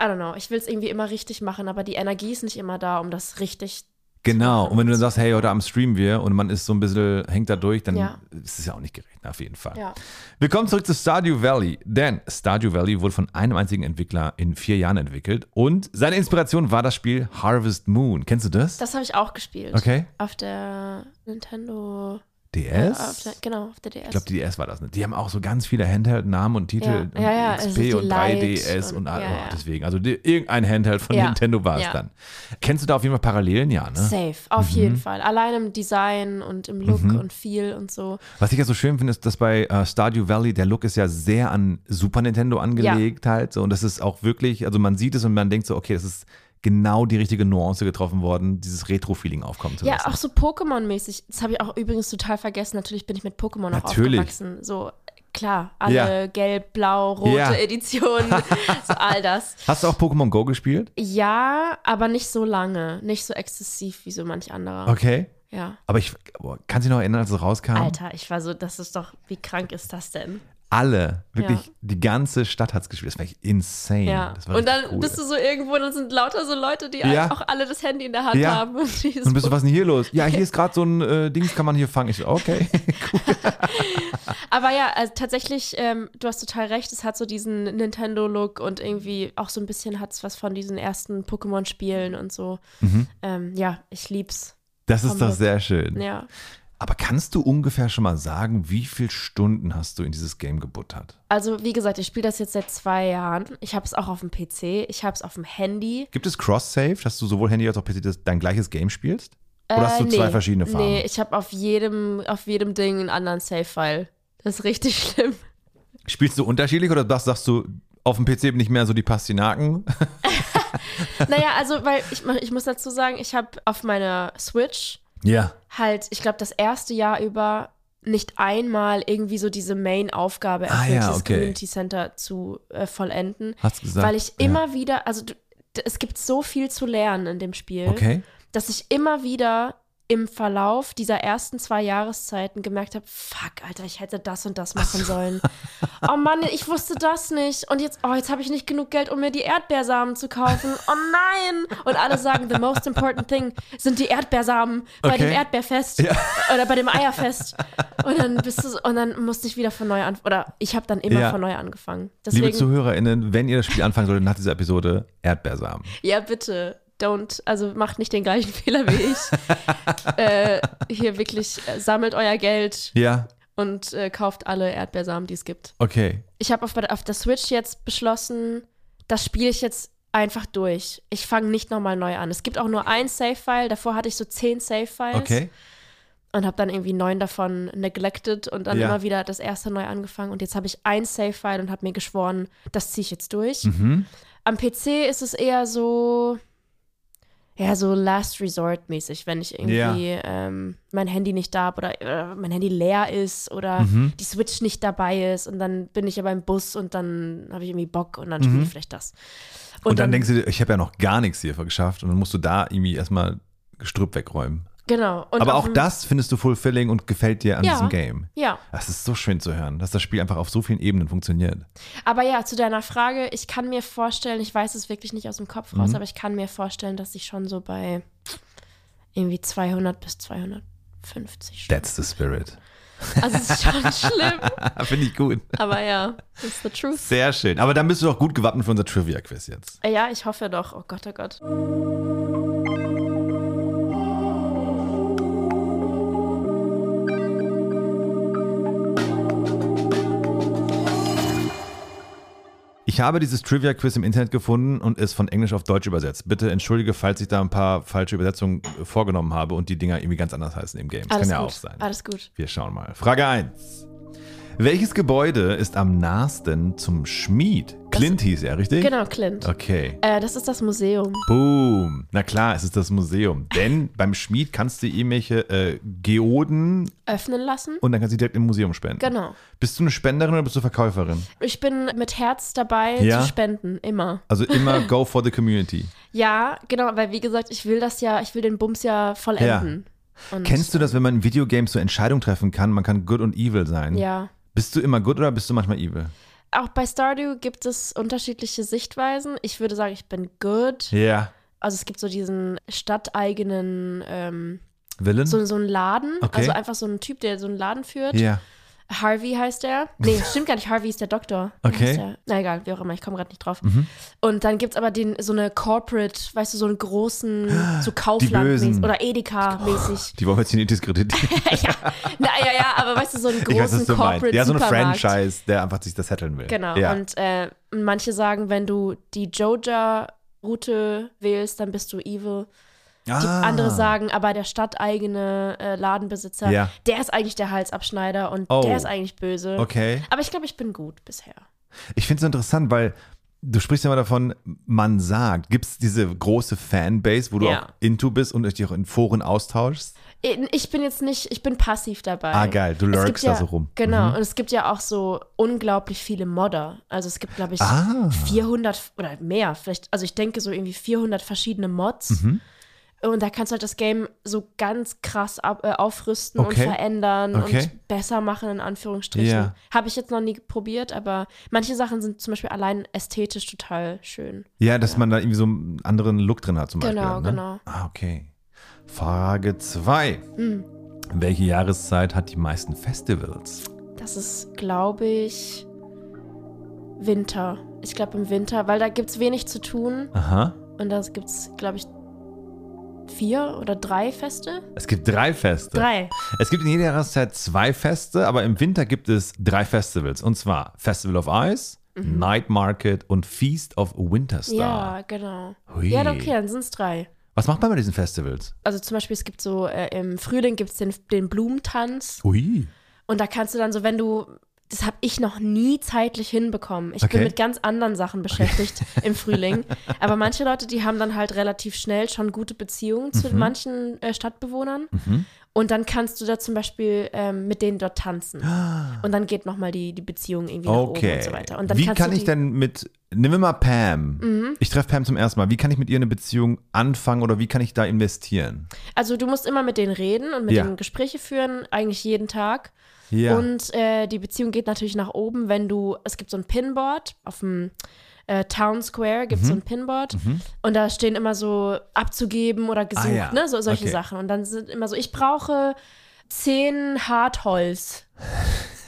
Speaker 2: I don't know, ich will es irgendwie immer richtig machen, aber die Energie ist nicht immer da, um das richtig.
Speaker 1: Genau. Und wenn du dann sagst, hey, heute Abend streamen wir und man ist so ein bisschen, hängt da durch, dann
Speaker 2: Ja.
Speaker 1: ist es ja auch nicht gerecht, auf jeden Fall.
Speaker 2: Ja.
Speaker 1: Willkommen zurück zu Stardew Valley, denn Stardew Valley wurde von einem einzigen Entwickler in vier Jahren entwickelt und seine Inspiration war das Spiel Harvest Moon. Kennst du das?
Speaker 2: Das habe ich auch gespielt.
Speaker 1: Okay.
Speaker 2: Auf der Nintendo. Auf
Speaker 1: DS?
Speaker 2: der, genau, auf der DS.
Speaker 1: Ich glaube, die DS war das. Ne? Die haben auch so ganz viele Handheld-Namen und Titel
Speaker 2: Ja,
Speaker 1: und
Speaker 2: ja, ja,
Speaker 1: XP
Speaker 2: also die
Speaker 1: und
Speaker 2: Lite
Speaker 1: 3DS und,
Speaker 2: und-
Speaker 1: all-
Speaker 2: ja,
Speaker 1: oh,
Speaker 2: ja.
Speaker 1: deswegen. Also die, irgendein Handheld von
Speaker 2: Ja,
Speaker 1: Nintendo war es
Speaker 2: ja.
Speaker 1: dann. Kennst du da auf jeden Fall Parallelen? Ja, ne?
Speaker 2: Safe, auf jeden Fall. Allein im Design und im Look
Speaker 1: Mhm.
Speaker 2: und viel und so.
Speaker 1: Was ich ja so schön finde, ist, dass bei äh, Stardew Valley der Look ist ja sehr an Super Nintendo angelegt halt. So, und das ist auch wirklich, also man sieht es und man denkt so, okay, das ist genau die richtige Nuance getroffen worden, dieses Retro-Feeling aufkommen zu
Speaker 2: Ja,
Speaker 1: lassen.
Speaker 2: auch so Pokémon-mäßig. Das habe ich auch übrigens total vergessen. Natürlich bin ich mit Pokémon auch
Speaker 1: Natürlich.
Speaker 2: aufgewachsen. So, klar, alle
Speaker 1: Ja.
Speaker 2: gelb, blau, rote
Speaker 1: Ja.
Speaker 2: Editionen, so all das.
Speaker 1: Hast du auch Pokémon Go gespielt?
Speaker 2: Ja, aber nicht so lange. Nicht so exzessiv wie so manch anderer.
Speaker 1: Okay.
Speaker 2: Ja.
Speaker 1: Aber ich boah, kann sich noch erinnern, als es rauskam.
Speaker 2: Alter, ich war so, das ist doch, wie krank ist das denn?
Speaker 1: alle, wirklich
Speaker 2: Ja.
Speaker 1: die ganze Stadt hat es gespielt. Das war echt insane.
Speaker 2: Ja.
Speaker 1: Das war
Speaker 2: Und
Speaker 1: richtig
Speaker 2: dann
Speaker 1: cool.
Speaker 2: bist du so irgendwo, und dann sind lauter so Leute, die
Speaker 1: Ja.
Speaker 2: auch alle das Handy in der Hand
Speaker 1: Ja.
Speaker 2: haben. Und, die so-
Speaker 1: und bist du, was ist denn hier los? Ja, hier ist gerade so ein äh, Dings, kann man hier fangen. Ich so, okay.
Speaker 2: Aber ja, also tatsächlich, ähm, du hast total recht, es hat so diesen Nintendo-Look und irgendwie auch so ein bisschen hat es was von diesen ersten Pokémon-Spielen und so.
Speaker 1: Mhm.
Speaker 2: Ähm, ja, ich lieb's.
Speaker 1: Das ist doch
Speaker 2: Hamburg.
Speaker 1: sehr schön.
Speaker 2: Ja.
Speaker 1: Aber kannst du ungefähr schon mal sagen, wie viele Stunden hast du in dieses Game gebuttert?
Speaker 2: Also, wie gesagt, ich spiele das jetzt seit zwei Jahren. Ich habe es auch auf dem PC, ich habe es auf dem Handy.
Speaker 1: Gibt es Cross-Save, dass du sowohl Handy als auch PC das, dein gleiches Game spielst? Oder hast du
Speaker 2: Äh,
Speaker 1: zwei
Speaker 2: nee.
Speaker 1: verschiedene Farben?
Speaker 2: Nee, ich habe auf jedem, auf jedem Ding einen anderen Save-File. Das ist richtig schlimm.
Speaker 1: Spielst du unterschiedlich oder sagst, sagst du, auf dem PC bin ich mehr so die Pastinaken?
Speaker 2: naja, also, weil ich, mach- ich muss dazu sagen, ich habe auf meiner Switch
Speaker 1: Ja.
Speaker 2: halt, ich glaube, das erste Jahr über nicht einmal irgendwie so diese Main-Aufgabe
Speaker 1: Ah,
Speaker 2: erfüllt,
Speaker 1: ja,
Speaker 2: dieses
Speaker 1: okay.
Speaker 2: Community Center zu äh, vollenden.
Speaker 1: Hast gesagt.
Speaker 2: Weil ich
Speaker 1: Ja.
Speaker 2: immer wieder, also du, d- es gibt so viel zu lernen in dem Spiel,
Speaker 1: Okay.
Speaker 2: dass ich immer wieder im Verlauf dieser ersten zwei Jahreszeiten gemerkt habe, fuck, Alter, ich hätte das und das machen sollen. Oh Mann, ich wusste das nicht. Und jetzt, oh, jetzt habe ich nicht genug Geld, um mir die Erdbeersamen zu kaufen. Oh nein! Und alle sagen, the most important thing sind die Erdbeersamen bei
Speaker 1: Okay.
Speaker 2: dem Erdbeerfest oder bei dem Eierfest. Und dann bist du, so- und dann musste ich wieder von neu anfangen. Oder ich habe dann immer
Speaker 1: Ja.
Speaker 2: von neu angefangen.
Speaker 1: Liebe
Speaker 2: Deswegen,
Speaker 1: ZuhörerInnen, wenn ihr das Spiel anfangen solltet nach dieser Episode, Erdbeersamen.
Speaker 2: ja bitte, don't, also macht nicht den gleichen Fehler wie ich. äh, hier wirklich äh, sammelt euer Geld
Speaker 1: Ja,
Speaker 2: und äh, kauft alle Erdbeersamen, die es gibt.
Speaker 1: okay.
Speaker 2: ich habe auf, auf der Switch jetzt beschlossen, das spiele ich jetzt einfach durch. Ich fange nicht nochmal neu an. Es gibt auch nur ein Save-File. Davor hatte ich so zehn Save-Files
Speaker 1: Okay.
Speaker 2: und habe dann irgendwie neun davon neglected und dann
Speaker 1: Ja.
Speaker 2: immer wieder das erste neu angefangen. Und jetzt habe ich ein Save-File und habe mir geschworen, das ziehe ich jetzt durch.
Speaker 1: Mhm.
Speaker 2: Am PC ist es eher so, ja, so Last Resort mäßig, wenn ich irgendwie ähm, mein Handy nicht da habe oder äh, mein Handy leer ist oder
Speaker 1: Mhm.
Speaker 2: die Switch nicht dabei ist und dann bin ich aber im Bus und dann habe ich irgendwie Bock und dann spiele ich vielleicht das.
Speaker 1: Mhm. Und, dann, denkst du dir, ich habe ja noch gar nichts hier geschafft und dann musst du da irgendwie erstmal Gestrüpp wegräumen.
Speaker 2: genau. Und
Speaker 1: Aber
Speaker 2: auf
Speaker 1: auch
Speaker 2: dem-
Speaker 1: das findest du fulfilling und gefällt dir an
Speaker 2: Ja.
Speaker 1: diesem Game.
Speaker 2: Ja,
Speaker 1: Das Ah, ist so schön zu hören, dass das Spiel einfach auf so vielen Ebenen funktioniert.
Speaker 2: aber ja, zu deiner Frage, ich kann mir vorstellen, ich weiß es wirklich nicht aus dem Kopf
Speaker 1: Mhm.
Speaker 2: raus, aber ich kann mir vorstellen, dass ich schon so bei irgendwie 200 bis 250
Speaker 1: That's the spirit.
Speaker 2: Also es ist schon schlimm,
Speaker 1: Finde ich gut.
Speaker 2: aber ja, it's the truth.
Speaker 1: Sehr schön. Aber dann bist du doch gut gewappnet für unser Trivia-Quiz jetzt.
Speaker 2: Äh, Ja, ich hoffe doch. Oh Gott, oh Gott.
Speaker 1: Ich habe dieses Trivia-Quiz im Internet gefunden und es von Englisch auf Deutsch übersetzt. Bitte entschuldige, falls ich da ein paar falsche Übersetzungen äh, vorgenommen habe und die Dinger irgendwie ganz anders heißen im Game. Das
Speaker 2: Alles
Speaker 1: kann ja
Speaker 2: gut.
Speaker 1: auch sein.
Speaker 2: Alles gut.
Speaker 1: Wir schauen mal. Frage 1. Welches Gebäude ist am nahesten zum Schmied? Clint hieß er, richtig?
Speaker 2: Genau, Clint.
Speaker 1: Okay.
Speaker 2: Äh, das ist das Museum.
Speaker 1: Boom. Na klar, es ist das Museum. Denn beim Schmied kannst du irgendwelche äh, Geoden
Speaker 2: Öffnen lassen?
Speaker 1: und dann kannst du direkt im Museum spenden.
Speaker 2: Genau.
Speaker 1: Bist du eine Spenderin oder bist du Verkäuferin?
Speaker 2: Ich bin mit Herz dabei
Speaker 1: Ja?
Speaker 2: zu spenden, immer.
Speaker 1: Also immer go for the community.
Speaker 2: Ja, genau, weil wie gesagt, ich will das ja, ich will den Bums ja vollenden. Und
Speaker 1: Kennst du das, wenn man in Videogames so Entscheidungen treffen kann? Man kann good und evil sein.
Speaker 2: ja.
Speaker 1: Bist du immer good oder bist du manchmal evil?
Speaker 2: Auch bei Stardew gibt es unterschiedliche Sichtweisen. Ich würde sagen, ich bin good.
Speaker 1: Ja.
Speaker 2: Also es gibt so diesen stadteigenen, ähm,
Speaker 1: Villain?
Speaker 2: so, so einen Laden.
Speaker 1: Okay.
Speaker 2: Also einfach so einen Typ, der so einen Laden führt.
Speaker 1: ja.
Speaker 2: Harvey heißt er. Nee, stimmt gar nicht. Harvey ist der Doktor. Wie
Speaker 1: Okay. Mhm.
Speaker 2: heißt er? Na egal, wie auch immer, ich komme gerade nicht drauf. Und dann gibt es aber den, so eine Corporate, weißt du, so einen großen, so Kaufland
Speaker 1: Bösen.
Speaker 2: oder Edeka-mäßig.
Speaker 1: Die wollen wir jetzt hier nicht diskreditieren.
Speaker 2: Na ja, ja, aber weißt du, so einen
Speaker 1: Ich weiß,
Speaker 2: großen
Speaker 1: was du meinst.
Speaker 2: Corporate
Speaker 1: Ja, so eine
Speaker 2: Supermarkt.
Speaker 1: Franchise, der einfach sich das zetteln will.
Speaker 2: Genau.
Speaker 1: Ja.
Speaker 2: Und äh, manche sagen, wenn du die Joja-Route wählst, dann bist du evil. Die
Speaker 1: Ah.
Speaker 2: andere sagen, aber der stadteigene äh, Ladenbesitzer,
Speaker 1: Ja.
Speaker 2: der ist eigentlich der Halsabschneider und
Speaker 1: Oh.
Speaker 2: der ist eigentlich böse.
Speaker 1: Okay.
Speaker 2: Aber ich glaube, ich bin gut bisher.
Speaker 1: Ich finde es so interessant, weil du sprichst ja immer davon, man sagt, gibt es diese große Fanbase, wo du
Speaker 2: Ja.
Speaker 1: auch into bist und dich auch in Foren austauschst?
Speaker 2: Äh, Ich bin jetzt nicht, ich bin passiv dabei.
Speaker 1: Ah, geil, du
Speaker 2: Es gibt
Speaker 1: lurkst
Speaker 2: ja,
Speaker 1: da so rum. Mhm.
Speaker 2: Genau, und es gibt ja auch so unglaublich viele Modder. Also es gibt, glaube ich,
Speaker 1: Ah.
Speaker 2: 400 oder mehr, vielleicht, also ich denke so irgendwie 400 verschiedene Mods.
Speaker 1: Mhm.
Speaker 2: Und da kannst du halt das Game so ganz krass ab, äh, aufrüsten
Speaker 1: Okay.
Speaker 2: und verändern
Speaker 1: Okay.
Speaker 2: und besser machen, in Anführungsstrichen.
Speaker 1: Ja.
Speaker 2: Habe ich jetzt noch nie probiert, aber manche Sachen sind zum Beispiel allein ästhetisch total schön.
Speaker 1: Ja, dass man da irgendwie so einen anderen Look drin hat zum
Speaker 2: Genau,
Speaker 1: Beispiel. ne?
Speaker 2: genau.
Speaker 1: Ah, okay. Frage 2.
Speaker 2: Hm.
Speaker 1: Welche Jahreszeit hat die meisten Festivals?
Speaker 2: Das ist, glaube ich, Winter. Ich glaube im Winter, weil da gibt es wenig zu tun.
Speaker 1: Aha.
Speaker 2: Und da gibt es, glaube ich, vier oder drei Feste.
Speaker 1: Es gibt drei Feste.
Speaker 2: Drei.
Speaker 1: Es gibt in jeder Jahreszeit zwei Feste, aber im Winter gibt es drei Festivals. Und zwar Festival of Ice, Night Market und Feast of Winterstar.
Speaker 2: Mhm. Ja, genau.
Speaker 1: Hui.
Speaker 2: Ja, okay, dann sind es drei.
Speaker 1: Was macht man bei diesen Festivals?
Speaker 2: Also zum Beispiel, es gibt so, äh, im Frühling gibt es den, den Blumentanz.
Speaker 1: Ui.
Speaker 2: Und da kannst du dann so, wenn du, das habe ich noch nie zeitlich hinbekommen. Ich
Speaker 1: Okay.
Speaker 2: bin mit ganz anderen Sachen beschäftigt im Frühling. Aber manche Leute, die haben dann halt relativ schnell schon gute Beziehungen zu
Speaker 1: Mhm.
Speaker 2: manchen äh, Stadtbewohnern. Und dann kannst du da zum Beispiel ähm, mit denen dort tanzen. Und dann geht nochmal die, die Beziehung irgendwie nach oben
Speaker 1: Ah. Okay.
Speaker 2: und so weiter. Und dann
Speaker 1: Wie
Speaker 2: kannst
Speaker 1: kann
Speaker 2: du
Speaker 1: ich
Speaker 2: die, Mhm.
Speaker 1: denn mit, nehmen wir mal Pam. Ich treffe Pam zum ersten Mal. Wie kann ich mit ihr eine Beziehung anfangen oder wie kann ich da investieren?
Speaker 2: Also du musst immer mit denen reden und mit
Speaker 1: Ja.
Speaker 2: denen Gespräche führen, eigentlich jeden Tag.
Speaker 1: Ja.
Speaker 2: Und äh, die Beziehung geht natürlich nach oben, wenn du, es gibt so ein Pinboard auf dem äh, Town Square,
Speaker 1: Mhm.
Speaker 2: gibt es so ein Pinboard und da stehen immer so abzugeben oder gesucht,
Speaker 1: Ah, ja.
Speaker 2: ne, so, solche
Speaker 1: Okay.
Speaker 2: Sachen. Und dann sind immer so, ich brauche zehn Hartholz.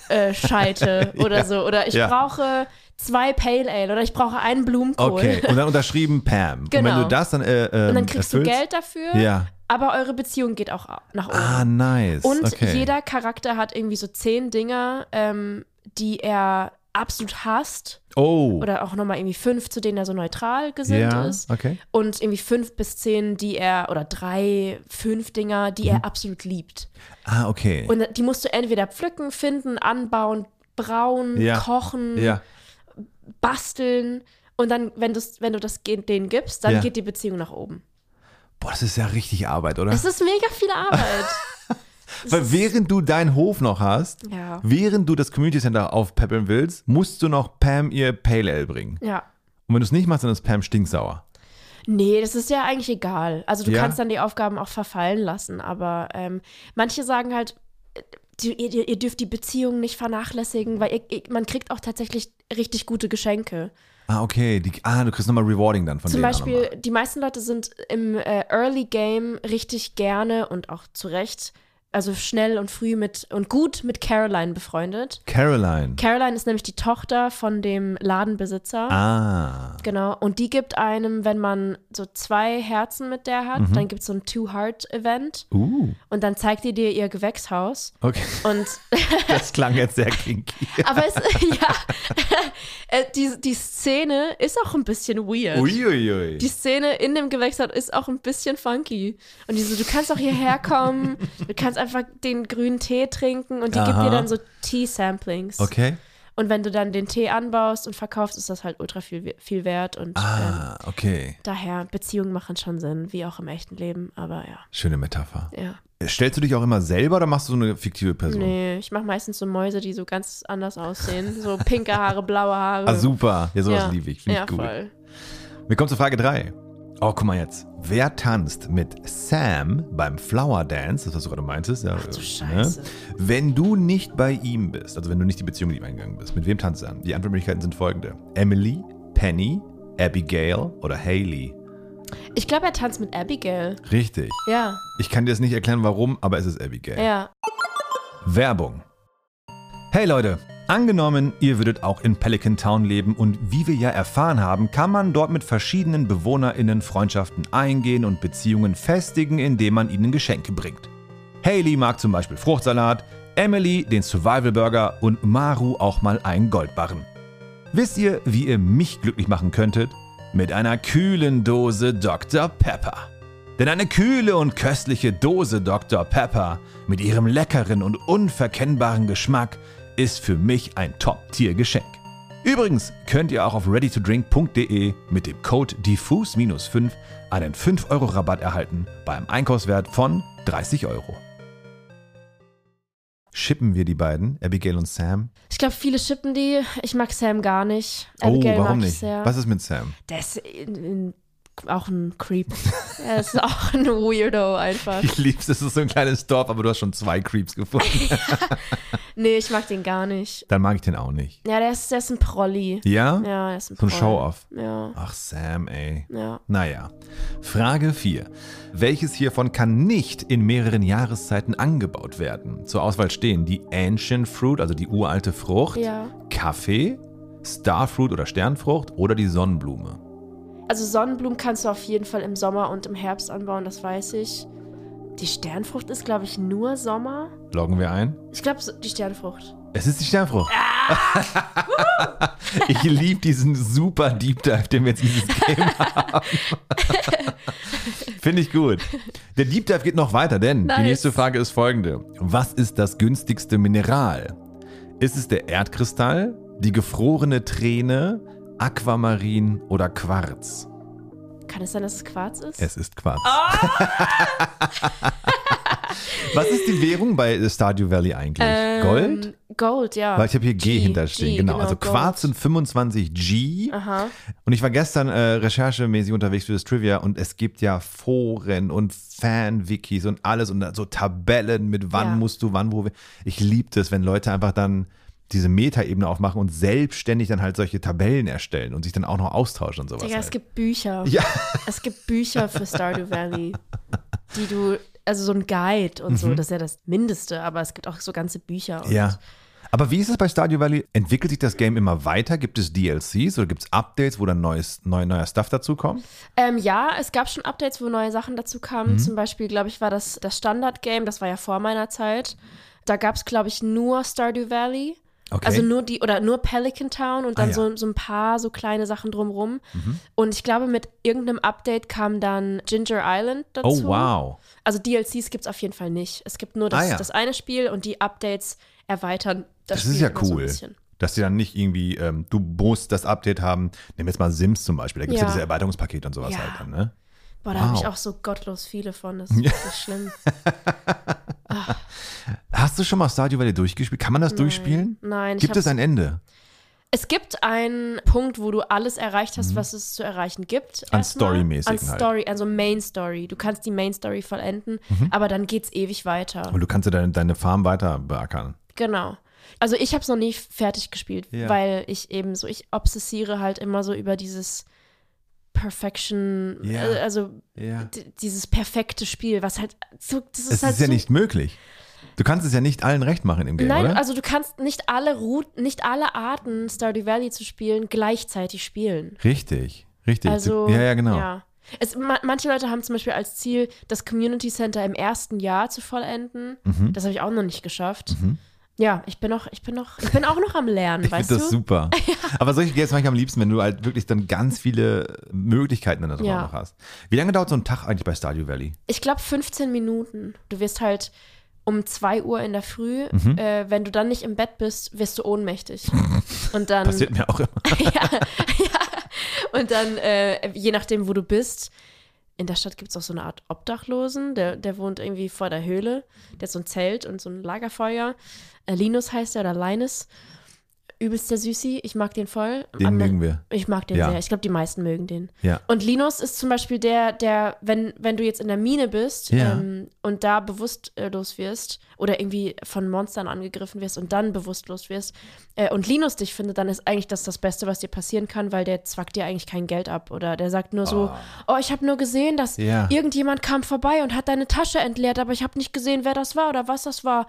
Speaker 2: Äh, Scheite oder so. Oder ich
Speaker 1: Ja.
Speaker 2: brauche zwei Pale Ale oder ich brauche einen Blumenkohl.
Speaker 1: Okay, und dann unterschrieben Pam. Und wenn
Speaker 2: Genau.
Speaker 1: du das dann äh, ähm,
Speaker 2: Und dann kriegst du
Speaker 1: erfüllst,
Speaker 2: Geld dafür,
Speaker 1: Ja.
Speaker 2: aber eure Beziehung geht auch au- nach oben.
Speaker 1: Ah, nice.
Speaker 2: Und
Speaker 1: okay.
Speaker 2: jeder Charakter hat irgendwie so zehn Dinge, ähm, die er absolut hasst.
Speaker 1: Oh.
Speaker 2: Oder auch nochmal irgendwie fünf, zu denen er so neutral gesinnt
Speaker 1: ja,
Speaker 2: ist.
Speaker 1: okay.
Speaker 2: Und irgendwie fünf bis zehn, die er, oder drei, fünf Dinger, die
Speaker 1: Mhm.
Speaker 2: er absolut liebt.
Speaker 1: Ah, okay.
Speaker 2: Und die musst du entweder pflücken, finden, anbauen, brauen,
Speaker 1: Ja.
Speaker 2: kochen,
Speaker 1: ja.
Speaker 2: basteln. Und dann, wenn, du's- wenn du das ge- denen gibst, dann
Speaker 1: Ja.
Speaker 2: geht die Beziehung nach oben.
Speaker 1: Boah, das ist ja richtig Arbeit, oder?
Speaker 2: Es ist mega viel Arbeit.
Speaker 1: Ah. Weil während du deinen Hof noch hast,
Speaker 2: Ja.
Speaker 1: während du das Community Center aufpäppeln willst, musst du noch Pam ihr Pale Ale bringen.
Speaker 2: ja.
Speaker 1: Und wenn du es nicht machst, dann ist Pam stinksauer.
Speaker 2: Nee, das ist ja eigentlich egal. Also du
Speaker 1: Ja?
Speaker 2: kannst dann die Aufgaben auch verfallen lassen, aber ähm, manche sagen halt, äh, die- ihr, ihr dürft die Beziehung nicht vernachlässigen, weil ihr, ihr, man kriegt auch tatsächlich richtig gute Geschenke.
Speaker 1: Ah, okay. Die, ah, du kriegst nochmal Rewarding dann von
Speaker 2: Zum
Speaker 1: denen.
Speaker 2: Beispiel, die meisten Leute sind im äh, Early Game richtig gerne und auch zu Recht also schnell und früh mit und gut mit Caroline befreundet.
Speaker 1: Caroline.
Speaker 2: Caroline ist nämlich die Tochter von dem Ladenbesitzer.
Speaker 1: ah.
Speaker 2: Genau. Und die gibt einem, wenn man so zwei Herzen mit der
Speaker 1: Mhm.
Speaker 2: hat, dann gibt es so ein Two-Heart-Event.
Speaker 1: Uh.
Speaker 2: Und dann zeigt die dir ihr Gewächshaus.
Speaker 1: Okay.
Speaker 2: Und
Speaker 1: Das klang jetzt sehr kinky.
Speaker 2: aber es, ja, äh, die, die Szene ist auch ein bisschen weird.
Speaker 1: Uiuiui.
Speaker 2: Äh, Die Szene in dem Gewächshaus ist auch ein bisschen funky. Und die so, du kannst auch hierher kommen, du kannst einfach den grünen Tee trinken und die gibt
Speaker 1: Aha.
Speaker 2: dir dann so Tea-Samplings.
Speaker 1: Okay.
Speaker 2: Und wenn du dann den Tee anbaust und verkaufst, ist das halt ultra viel, viel wert. Und ähm,
Speaker 1: Ah, okay.
Speaker 2: daher, Beziehungen machen schon Sinn, wie auch im echten Leben. Aber ja,
Speaker 1: Schöne Metapher.
Speaker 2: ja.
Speaker 1: Stellst du dich auch immer selber oder machst du so eine fiktive Person?
Speaker 2: Nee, ich mache meistens so Mäuse, die so ganz anders aussehen. So pinke Haare, blaue Haare.
Speaker 1: Ah, super. Ja, sowas
Speaker 2: ja.
Speaker 1: liebe ich. Finde
Speaker 2: ja,
Speaker 1: ich gut.
Speaker 2: voll.
Speaker 1: Wir kommen zur Frage 3. Oh, guck mal jetzt. Wer tanzt mit Sam beim Flower Dance, das was du gerade meintest? Ja, Ach
Speaker 2: du Scheiße.
Speaker 1: Wenn du nicht bei ihm bist, also wenn du nicht die Beziehung mit ihm eingegangen bist, mit wem tanzt er? Die Antwortmöglichkeiten sind folgende. Emily, Penny, Abigail oder Haley.
Speaker 2: Ich glaube, er tanzt mit Abigail.
Speaker 1: Richtig.
Speaker 2: Ja,
Speaker 1: Ich kann dir das nicht erklären, warum, aber es ist Abigail.
Speaker 2: ja.
Speaker 1: Werbung. Hey Leute, angenommen, ihr würdet auch in Pelican Town leben und wie wir ja erfahren haben, kann man dort mit verschiedenen BewohnerInnen Freundschaften eingehen und Beziehungen festigen, indem man ihnen Geschenke bringt. Haley mag zum Beispiel Fruchtsalat, Emily den Survival Burger und Maru auch mal einen Goldbarren. Wisst ihr, wie ihr mich glücklich machen könntet? Mit einer kühlen Dose Dr. Pepper. Denn eine kühle und köstliche Dose Dr. Pepper mit ihrem leckeren und unverkennbaren Geschmack ist für mich ein Top-Tier-Geschenk. Übrigens könnt ihr auch auf readytodrink.de mit dem Code diffus-5 einen 5-Euro-Rabatt erhalten beim Einkaufswert von 30 Euro. Schippen wir die beiden, Abigail und Sam?
Speaker 2: Ich glaube, viele schippen die. Ich mag Sam gar nicht. Abigail
Speaker 1: oh, warum
Speaker 2: mag ich
Speaker 1: nicht?
Speaker 2: sehr.
Speaker 1: Was ist mit Sam?
Speaker 2: Der ist in, in, auch ein Creep. er ist auch ein Weirdo einfach.
Speaker 1: Ich lieb's, es ist so ein kleines Dorf, aber du hast schon zwei Creeps gefunden.
Speaker 2: Nee, ich mag den gar nicht.
Speaker 1: Dann mag ich den auch nicht.
Speaker 2: Ja, der ist, der ist ein Prolli.
Speaker 1: Ja?
Speaker 2: Ja, der ist ein
Speaker 1: So ein
Speaker 2: Prolli.
Speaker 1: Show-Off.
Speaker 2: Ja,
Speaker 1: Ach, Sam, ey.
Speaker 2: ja.
Speaker 1: Naja. Frage 4. Welches hiervon kann nicht in mehreren Jahreszeiten angebaut werden? Zur Auswahl stehen die Ancient Fruit, also die uralte Frucht,
Speaker 2: Ja.
Speaker 1: Kaffee, Starfruit oder Sternfrucht oder die Sonnenblume.
Speaker 2: Also Sonnenblumen kannst du auf jeden Fall im Sommer und im Herbst anbauen, das weiß ich. Die Sternfrucht ist, glaube ich, nur Sommer.
Speaker 1: Loggen wir ein?
Speaker 2: Ich glaube, so- die Sternfrucht.
Speaker 1: Es ist die Sternfrucht. ich liebe diesen super Deep Dive, den wir jetzt in dieses Game haben. Finde ich gut. Der Deep Dive geht noch weiter, denn die
Speaker 2: Nice.
Speaker 1: nächste Frage ist folgende. Was ist das günstigste Mineral? Ist es der Erdkristall, die gefrorene Träne, Aquamarin oder Quarz?
Speaker 2: Kann es sein, dass es Quarz ist?
Speaker 1: Es ist Quarz.
Speaker 2: Oh!
Speaker 1: Was ist die Währung bei Stardew Valley eigentlich?
Speaker 2: Ähm,
Speaker 1: Gold?
Speaker 2: Gold, ja.
Speaker 1: Weil ich habe hier G,
Speaker 2: G,
Speaker 1: hinterstehen,
Speaker 2: G, Ah.
Speaker 1: genau. Also
Speaker 2: Gold.
Speaker 1: Quarz sind 25 G.
Speaker 2: Aha.
Speaker 1: Und ich war gestern äh, recherchemäßig unterwegs für das Trivia und es gibt ja Foren und Fan-Wikis und alles und so Tabellen mit wann
Speaker 2: Ja.
Speaker 1: musst du, wann, wo. wir- Ich liebe das, wenn Leute einfach dann diese Metaebene aufmachen und selbstständig dann halt solche Tabellen erstellen und sich dann auch noch austauschen und sowas.
Speaker 2: Digga, es
Speaker 1: halt.
Speaker 2: gibt Bücher.
Speaker 1: Ja.
Speaker 2: Es gibt Bücher für Stardew Valley, die du, also so ein Guide und so, das ist ja das Mindeste, aber es gibt auch so ganze Bücher. Und
Speaker 1: Mhm. Ja. Aber wie ist es bei Stardew Valley? Entwickelt sich das Game immer weiter? Gibt es DLCs oder gibt es Updates, wo dann neues, neu, neuer Stuff dazu kommt?
Speaker 2: Ähm, ja, es gab schon Updates, wo neue Sachen dazu kamen.
Speaker 1: Mhm.
Speaker 2: Zum Beispiel, glaube ich, war das das Standard-Game, das war ja vor meiner Zeit. Da gab es, glaube ich, nur Stardew Valley.
Speaker 1: Okay.
Speaker 2: Also nur die, oder nur Pelican Town und dann
Speaker 1: Ah, ja. Mhm.
Speaker 2: so, so ein paar so kleine Sachen drumrum. Und ich glaube, mit irgendeinem Update kam dann Ginger Island
Speaker 1: oh,
Speaker 2: dazu.
Speaker 1: wow.
Speaker 2: Also DLCs gibt es auf jeden Fall nicht. Es gibt nur das,
Speaker 1: Ah, ja.
Speaker 2: das eine Spiel und die Updates erweitern das,
Speaker 1: Das
Speaker 2: Spiel
Speaker 1: ist ja
Speaker 2: immer So ein
Speaker 1: cool.
Speaker 2: bisschen.
Speaker 1: dass sie dann nicht irgendwie, ähm, du musst das Update haben. Nimm jetzt mal Sims zum Beispiel, da gibt es ja.
Speaker 2: Ja.
Speaker 1: diese Erweiterungspakete und sowas
Speaker 2: Ja.
Speaker 1: halt dann, ne?
Speaker 2: Boah, da habe
Speaker 1: Wow.
Speaker 2: ich auch so gottlos viele von. Das ist wirklich schlimm.
Speaker 1: Hast du schon mal Stardew Valley durchgespielt? Kann man das durchspielen?
Speaker 2: Nein, ich
Speaker 1: Gibt es
Speaker 2: hab's-
Speaker 1: ein Ende?
Speaker 2: Es gibt einen Punkt, wo du alles erreicht hast, was es zu erreichen gibt.
Speaker 1: Mhm. An
Speaker 2: erstmal.
Speaker 1: Storymäßigen
Speaker 2: An
Speaker 1: halt.
Speaker 2: Story, also Main Story. Du kannst die Main Story vollenden, aber dann geht's ewig weiter.
Speaker 1: Mhm. Und du kannst ja deine, deine Farm weiter beackern.
Speaker 2: Genau. Also ich habe es noch nie fertig gespielt,
Speaker 1: Ja.
Speaker 2: weil ich eben so, ich obsessiere halt immer so über dieses Perfection,
Speaker 1: Ja.
Speaker 2: äh, also
Speaker 1: Ja.
Speaker 2: d- dieses perfekte Spiel, was halt so, das ist
Speaker 1: Es
Speaker 2: halt
Speaker 1: ist ja
Speaker 2: so,
Speaker 1: nicht möglich. Du kannst es ja nicht allen recht machen im Game,
Speaker 2: Nein,
Speaker 1: oder?
Speaker 2: also du kannst nicht alle Routen, nicht alle Arten Stardew Valley zu spielen gleichzeitig spielen.
Speaker 1: richtig, richtig.
Speaker 2: Also
Speaker 1: du, ja, ja, genau.
Speaker 2: ja. Es, ma manche Leute haben zum Beispiel als Ziel, das Community Center im ersten Jahr zu vollenden.
Speaker 1: Mhm.
Speaker 2: Das habe ich auch noch nicht geschafft. Ja, ich bin noch, ich bin noch, ich bin auch noch am Lernen,
Speaker 1: Ich
Speaker 2: weißt
Speaker 1: finde das
Speaker 2: du?
Speaker 1: super. Aber solche Games mache ich am liebsten, wenn du halt wirklich dann ganz viele Möglichkeiten dann da
Speaker 2: Ja.
Speaker 1: ja. noch hast. Wie lange dauert so ein Tag eigentlich bei Stardew Valley?
Speaker 2: Ich glaube 15 Minuten. Du wirst halt um 2 Uhr in der Früh,
Speaker 1: Mhm.
Speaker 2: äh, wenn du dann nicht im Bett bist, wirst du ohnmächtig. Und dann
Speaker 1: Passiert mir auch immer.
Speaker 2: Und dann, äh, je nachdem, wo du bist, in der Stadt gibt es auch so eine Art Obdachlosen, der, der wohnt irgendwie vor der Höhle. Der hat so ein Zelt und so ein Lagerfeuer. Äh, Linus heißt er oder Linus. Übelst der Süßi, ich mag den voll.
Speaker 1: Den
Speaker 2: Ander-
Speaker 1: mögen wir.
Speaker 2: Ich mag den
Speaker 1: Ja.
Speaker 2: sehr. Ich glaube, die meisten mögen den.
Speaker 1: Ja.
Speaker 2: Und Linus ist zum Beispiel der, der, wenn, wenn du jetzt in der Mine bist
Speaker 1: Ja.
Speaker 2: ähm, und da bewusstlos wirst oder irgendwie von Monstern angegriffen wirst und dann bewusstlos wirst äh, und Linus dich findet, dann ist eigentlich das das Beste, was dir passieren kann, weil der zwackt dir eigentlich kein Geld ab oder der sagt nur so, oh, ich habe nur gesehen, dass
Speaker 1: Ah. Ja.
Speaker 2: irgendjemand kam vorbei und hat deine Tasche entleert, aber ich habe nicht gesehen, wer das war oder was das war.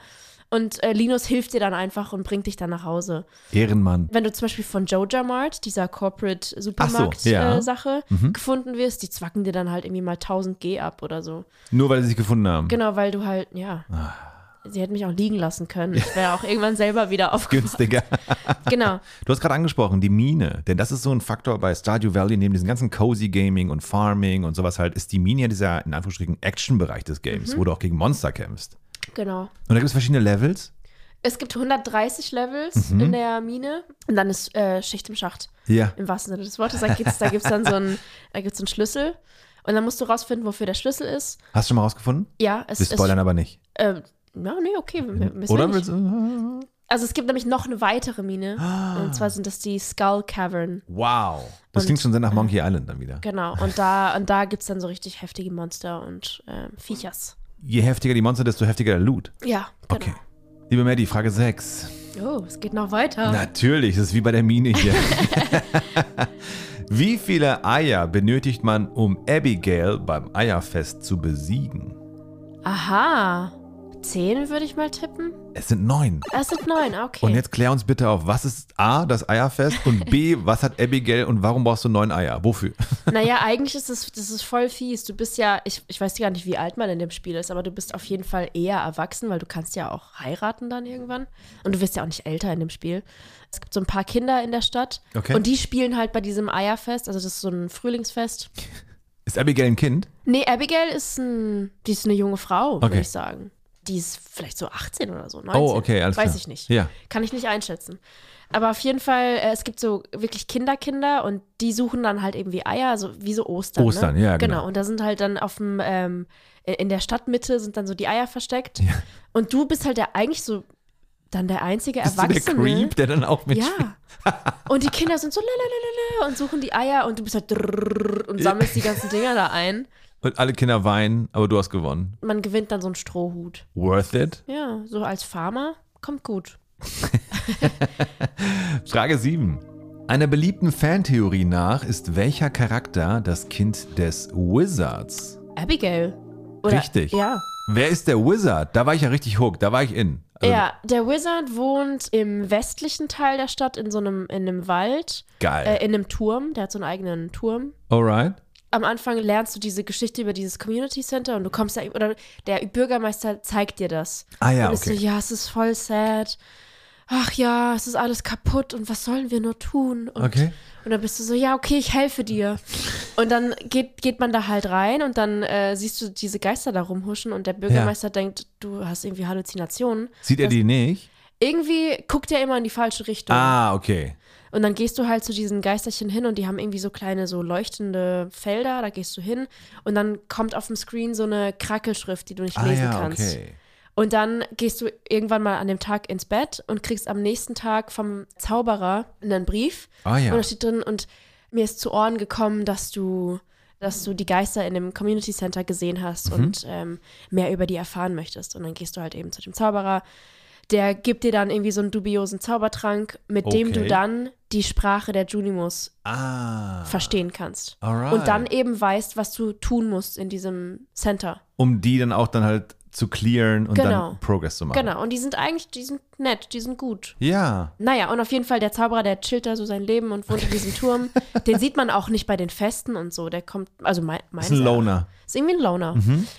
Speaker 2: Und äh, Linus hilft dir dann einfach und bringt dich dann nach Hause
Speaker 1: Ehrenmann.
Speaker 2: wenn du zum Beispiel von Joja Mart, dieser Corporate Supermarkt
Speaker 1: ja. Mhm.
Speaker 2: äh, Sache, gefunden wirst, die zwacken dir dann halt irgendwie mal 1000 G ab oder so.
Speaker 1: Nur weil sie sich gefunden haben.
Speaker 2: Genau, weil du halt, ja.
Speaker 1: Ah.
Speaker 2: Sie hätten mich auch liegen lassen können. Ich wäre auch irgendwann selber wieder aufgewacht.
Speaker 1: Günstiger.
Speaker 2: Genau.
Speaker 1: Du hast gerade angesprochen, die Mine. Denn das ist so ein Faktor bei Stardew Valley, neben diesem ganzen Cozy Gaming und Farming und sowas halt, ist die Mine ja dieser, in Anführungsstrichen, Action-Bereich des Games,
Speaker 2: Mhm.
Speaker 1: wo du auch gegen Monster kämpfst.
Speaker 2: Genau.
Speaker 1: Und da gibt es verschiedene Levels.
Speaker 2: Es gibt 130 Levels
Speaker 1: Mhm.
Speaker 2: in der Mine und dann ist äh, Schicht im Schacht.
Speaker 1: Ja.
Speaker 2: Im wahrsten Sinne des Wortes. Da gibt es da gibt's dann so einen, da gibt's einen Schlüssel. Und dann musst du rausfinden, wofür der Schlüssel ist.
Speaker 1: Hast du schon mal rausgefunden?
Speaker 2: Ja, es
Speaker 1: Wir
Speaker 2: ist.
Speaker 1: spoilern aber nicht.
Speaker 2: Äh, ja, nee, okay. wir- müssen wir
Speaker 1: Oder?
Speaker 2: nicht.
Speaker 1: willst du-
Speaker 2: Also es gibt nämlich noch eine weitere Mine.
Speaker 1: Ah.
Speaker 2: Und zwar sind das die Skull Cavern.
Speaker 1: Wow. Das
Speaker 2: Und-
Speaker 1: klingt schon sehr nach Monkey Island dann wieder.
Speaker 2: Genau. Und da, und da gibt es dann so richtig heftige Monster und ähm, Viechers.
Speaker 1: Je heftiger die Monster, desto heftiger der Loot.
Speaker 2: Ja, genau.
Speaker 1: Okay. Liebe Maddie, Frage 6.
Speaker 2: Oh, es geht noch weiter.
Speaker 1: Natürlich, das ist wie bei der Mine hier. wie viele Eier benötigt man, um Abigail beim Eierfest zu besiegen?
Speaker 2: Aha. Zehn würde ich mal tippen.
Speaker 1: Es sind neun.
Speaker 2: Es sind neun, okay.
Speaker 1: Und jetzt klär uns bitte auf, was ist A, das Eierfest und B, was hat Abigail und warum brauchst du neun Eier? Wofür?
Speaker 2: Naja, eigentlich ist es, das ist voll fies. Du bist ja, ich, ich weiß gar nicht, wie alt man in dem Spiel ist, aber du bist auf jeden Fall eher erwachsen, weil du kannst ja auch heiraten dann irgendwann. Und du wirst ja auch nicht älter in dem Spiel. Es gibt so ein paar Kinder in der Stadt
Speaker 1: Okay.
Speaker 2: und die spielen halt bei diesem Eierfest, also das ist so ein Frühlingsfest.
Speaker 1: Ist Abigail ein Kind?
Speaker 2: Nee, Abigail ist ein, die ist eine junge Frau, würde
Speaker 1: Okay.
Speaker 2: ich sagen. Die ist vielleicht so 18 oder so, 19.
Speaker 1: Oh, okay, alles
Speaker 2: Weiß
Speaker 1: klar.
Speaker 2: ich nicht.
Speaker 1: Ja.
Speaker 2: Kann ich nicht einschätzen. Aber auf jeden Fall, äh, es gibt so wirklich Kinderkinder und die suchen dann halt irgendwie Eier, so wie so Ostern.
Speaker 1: Ostern,
Speaker 2: ne?
Speaker 1: ja, genau.
Speaker 2: Und da sind halt dann auf dem, ähm, in der Stadtmitte sind dann so die Eier versteckt. Und du bist halt der eigentlich so dann der einzige
Speaker 1: Bist du der
Speaker 2: Erwachsene.
Speaker 1: Creep, der dann auch mit
Speaker 2: Ja. Und die Kinder sind so lalalala und suchen die Eier und du bist halt drrrr und sammelst die ganzen Dinger da ein.
Speaker 1: Und alle Kinder weinen, aber du hast gewonnen.
Speaker 2: Man gewinnt dann so einen Strohhut.
Speaker 1: Worth it?
Speaker 2: Ja, so als Farmer kommt gut.
Speaker 1: Frage 7. Einer beliebten Fantheorie nach ist welcher Charakter das Kind des Wizards?
Speaker 2: Abigail.
Speaker 1: Richtig.
Speaker 2: Ja.
Speaker 1: Wer ist der Wizard? Da war ich ja richtig hooked, da war ich in. Also,
Speaker 2: Ja, der Wizard wohnt im westlichen Teil der Stadt in so einem, in einem Wald,
Speaker 1: Geil.
Speaker 2: äh, in einem Turm. Der hat so einen eigenen Turm.
Speaker 1: Alright.
Speaker 2: Am Anfang lernst du diese Geschichte über dieses Community Center und du kommst da, oder der Bürgermeister zeigt dir das.
Speaker 1: Ah ja,
Speaker 2: und ist
Speaker 1: okay.
Speaker 2: so, ja, es ist voll sad. Ach ja, es ist alles kaputt und was sollen wir nur tun? Und,
Speaker 1: Okay.
Speaker 2: und dann bist du so, ja, okay, ich helfe dir. Und dann geht, geht man da halt rein und dann äh, siehst du diese Geister da rumhuschen und der Bürgermeister denkt, du hast irgendwie Halluzinationen.
Speaker 1: Sieht er die nicht?
Speaker 2: Irgendwie guckt er immer in die falsche Richtung.
Speaker 1: Ah, okay.
Speaker 2: Und dann gehst du halt zu diesen Geisterchen hin und die haben irgendwie so kleine, so leuchtende Felder, da gehst du hin und dann kommt auf dem Screen so eine Krackelschrift, die du nicht
Speaker 1: Ah
Speaker 2: lesen
Speaker 1: ja,
Speaker 2: kannst.
Speaker 1: okay.
Speaker 2: Und dann gehst du irgendwann mal an dem Tag ins Bett und kriegst am nächsten Tag vom Zauberer einen Brief.
Speaker 1: Ah, ja.
Speaker 2: Und da steht drin, und mir ist zu Ohren gekommen, dass du, dass du die Geister in dem Community
Speaker 1: Mhm.
Speaker 2: Center gesehen hast und ähm, mehr über die erfahren möchtest. Und dann gehst du halt eben zu dem Zauberer. der gibt dir dann irgendwie so einen dubiosen Zaubertrank, mit dem du
Speaker 1: Okay.
Speaker 2: dann die Sprache der Junimos
Speaker 1: Ah.
Speaker 2: verstehen kannst.
Speaker 1: Alright.
Speaker 2: Und dann eben weißt, was du tun musst in diesem Center.
Speaker 1: Um die dann auch dann halt zu clearen und
Speaker 2: Genau.
Speaker 1: dann Progress zu machen.
Speaker 2: Genau. Und die sind eigentlich, die sind nett, die sind gut.
Speaker 1: Ja.
Speaker 2: Naja, und auf jeden Fall der Zauberer, der chillt da so sein Leben und wohnt in diesem Turm. Den sieht man auch nicht bei den Festen und so. Der kommt, also mein,
Speaker 1: Ist ein Mhm. Loner.
Speaker 2: Ist irgendwie ein Loner.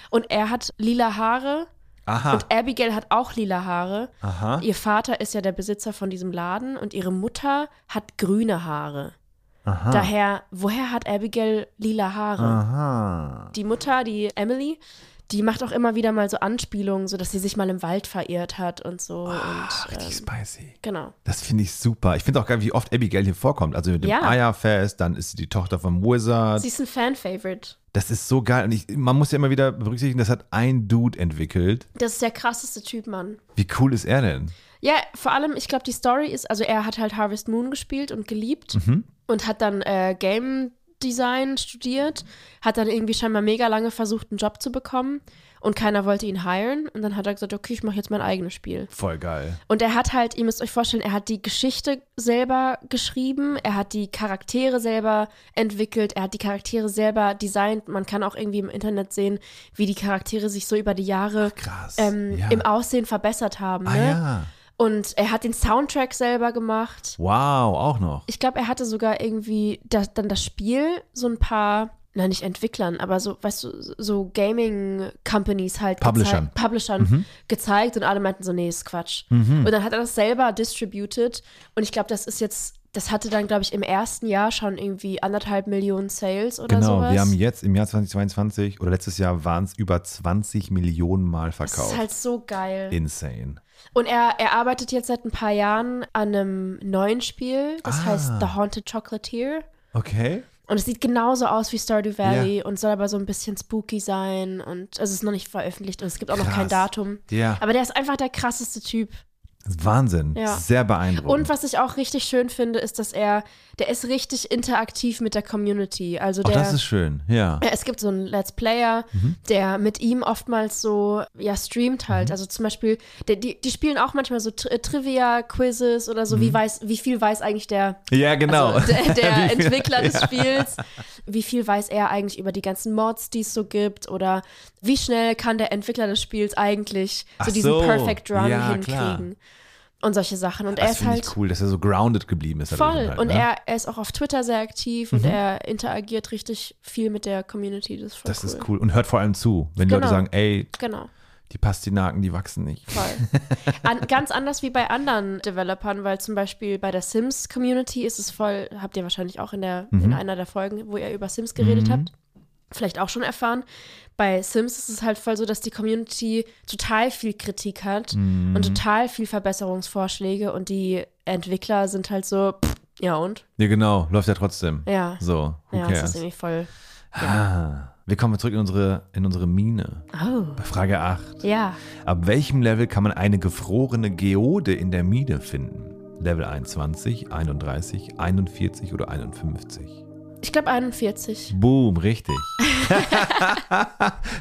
Speaker 2: Und er hat lila Haare.
Speaker 1: Aha.
Speaker 2: Und Abigail hat auch lila Haare.
Speaker 1: Aha.
Speaker 2: Ihr Vater ist ja der Besitzer von diesem Laden und ihre Mutter hat grüne Haare.
Speaker 1: Aha. Ah.
Speaker 2: Daher, woher hat Abigail lila Haare?
Speaker 1: Aha.
Speaker 2: Die Mutter, die Emily, die macht auch immer wieder mal so Anspielungen, so dass sie sich mal im Wald verirrt hat und so.
Speaker 1: Ach,
Speaker 2: und,
Speaker 1: Ah, richtig
Speaker 2: ähm,
Speaker 1: spicy.
Speaker 2: genau.
Speaker 1: Das finde ich super. Ich finde auch geil, wie oft Abigail hier vorkommt. Also mit dem
Speaker 2: Ja.
Speaker 1: Eierfest, dann ist sie die Tochter vom Wizard.
Speaker 2: Sie ist ein Fan-Favorite.
Speaker 1: Das ist so geil. Und ich, man muss ja immer wieder berücksichtigen, das hat ein Dude entwickelt.
Speaker 2: Das ist der krasseste Typ, Mann.
Speaker 1: Wie cool ist er denn?
Speaker 2: Ja, vor allem, ich glaube, die Story ist, also er hat halt Harvest Moon gespielt und geliebt und hat dann äh, Game Design studiert, hat dann irgendwie scheinbar mega lange versucht, einen Job zu bekommen und keiner wollte ihn hiren und dann hat er gesagt, okay, ich mache jetzt mein eigenes Spiel.
Speaker 1: Voll geil.
Speaker 2: Und er hat halt, ihr müsst euch vorstellen, er hat die Geschichte selber geschrieben, er hat die Charaktere selber entwickelt, er hat die Charaktere selber designt. Man kann auch irgendwie im Internet sehen, wie die Charaktere sich so über die Jahre
Speaker 1: Krass.
Speaker 2: ähm,
Speaker 1: ja.
Speaker 2: im Aussehen verbessert haben.
Speaker 1: Ah
Speaker 2: ne?
Speaker 1: ja.
Speaker 2: Und er hat den Soundtrack selber gemacht.
Speaker 1: Wow, auch noch.
Speaker 2: Ich glaube, er hatte sogar irgendwie das, dann das Spiel so ein paar, na nicht Entwicklern, aber so, weißt du, so Gaming-Companies halt.
Speaker 1: Publishern. Mhm.
Speaker 2: Gezeigt, Publishern gezeigt und alle meinten so, nee, ist Quatsch. Und dann hat er das selber distributed und ich glaube, das ist jetzt, das hatte dann, glaube ich, im ersten Jahr schon irgendwie anderthalb Millionen Sales oder
Speaker 1: Genau,
Speaker 2: sowas.
Speaker 1: wir haben jetzt im Jahr 2022 oder letztes Jahr waren es über 20 Millionen Mal
Speaker 2: das ist
Speaker 1: verkauft.
Speaker 2: halt so geil.
Speaker 1: Insane.
Speaker 2: Und er, er arbeitet jetzt seit ein paar Jahren an einem neuen Spiel, das
Speaker 1: Ah.
Speaker 2: heißt The Haunted Chocolatier.
Speaker 1: Okay.
Speaker 2: Und es sieht genauso aus wie Stardew Valley und soll aber so ein bisschen spooky sein. Und also es ist noch nicht veröffentlicht und es gibt auch noch
Speaker 1: Krass.
Speaker 2: kein Datum.
Speaker 1: Ja.
Speaker 2: Aber der ist einfach der krasseste Typ.
Speaker 1: Wahnsinn.
Speaker 2: Ja.
Speaker 1: Sehr
Speaker 2: Und
Speaker 1: beeindruckend.
Speaker 2: was ich auch richtig schön finde, ist, dass er, der ist richtig interaktiv mit der Community. Also
Speaker 1: auch
Speaker 2: der,
Speaker 1: das ist schön. Ja.
Speaker 2: ja, es gibt so einen Let's Player,
Speaker 1: Mhm.
Speaker 2: der mit ihm oftmals so, ja, streamt halt. Also zum Beispiel, der, die, die spielen auch manchmal so Tri Trivia-Quizzes oder so, wie, weiß, wie viel weiß eigentlich der
Speaker 1: Ja, Mhm. genau.
Speaker 2: Also der
Speaker 1: Wie
Speaker 2: der
Speaker 1: viel-
Speaker 2: Entwickler des Spiels. Wie viel weiß er eigentlich über die ganzen Mods, die es so gibt? Oder wie schnell kann der Entwickler des Spiels eigentlich
Speaker 1: Ach
Speaker 2: so diesen
Speaker 1: so.
Speaker 2: Perfect Run
Speaker 1: Ja,
Speaker 2: hinkriegen? Und solche Sachen. Und er
Speaker 1: Das
Speaker 2: ist
Speaker 1: finde
Speaker 2: halt
Speaker 1: ich cool, dass er so grounded geblieben ist.
Speaker 2: voll.
Speaker 1: Halt,
Speaker 2: und
Speaker 1: ne? Mhm.
Speaker 2: er, er ist auch auf Twitter sehr aktiv und er interagiert richtig viel mit der Community. Das ist voll
Speaker 1: Das
Speaker 2: cool.
Speaker 1: ist cool. Und hört vor allem zu, wenn Leute
Speaker 2: Genau.
Speaker 1: sagen, ey,
Speaker 2: Genau,
Speaker 1: die Pastinaken, die wachsen nicht.
Speaker 2: voll. An, ganz anders wie bei anderen Developern, weil zum Beispiel bei der Sims-Community ist es voll, habt ihr wahrscheinlich auch in, der,
Speaker 1: Mhm.
Speaker 2: in einer der Folgen, wo ihr über Sims geredet habt, vielleicht auch schon erfahren. Bei Sims ist es halt voll so, dass die Community total viel Kritik hat
Speaker 1: Mhm.
Speaker 2: und total viel Verbesserungsvorschläge und die Entwickler sind halt so, pff, ja und?
Speaker 1: Ja, genau, läuft ja trotzdem.
Speaker 2: Ja.
Speaker 1: So, who
Speaker 2: ja, das ist
Speaker 1: cares?
Speaker 2: irgendwie voll.
Speaker 1: Ah, wir kommen zurück in unsere, in unsere Mine.
Speaker 2: Oh.
Speaker 1: Bei Frage 8.
Speaker 2: Ja.
Speaker 1: Ab welchem Level kann man eine gefrorene Geode in der Mine finden? Level 21, 31, 41 oder 51?
Speaker 2: Ich glaube 41.
Speaker 1: Boom, richtig.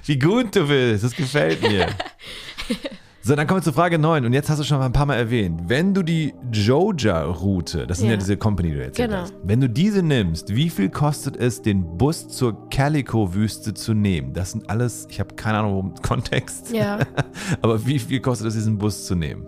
Speaker 1: Wie gut du bist, das gefällt mir. So, dann kommen wir zu Frage 9 und jetzt hast du schon mal ein paar Mal erwähnt. Wenn du die Joja-Route, das sind ja.
Speaker 2: Ja.
Speaker 1: diese Company, die du erzählt
Speaker 2: Genau.
Speaker 1: hast, wenn du diese nimmst, wie viel kostet es, den Bus zur Calico-Wüste zu nehmen? Das sind alles, ich habe keine Ahnung, worum Kontext,
Speaker 2: Ja.
Speaker 1: aber wie viel kostet es, diesen Bus zu nehmen?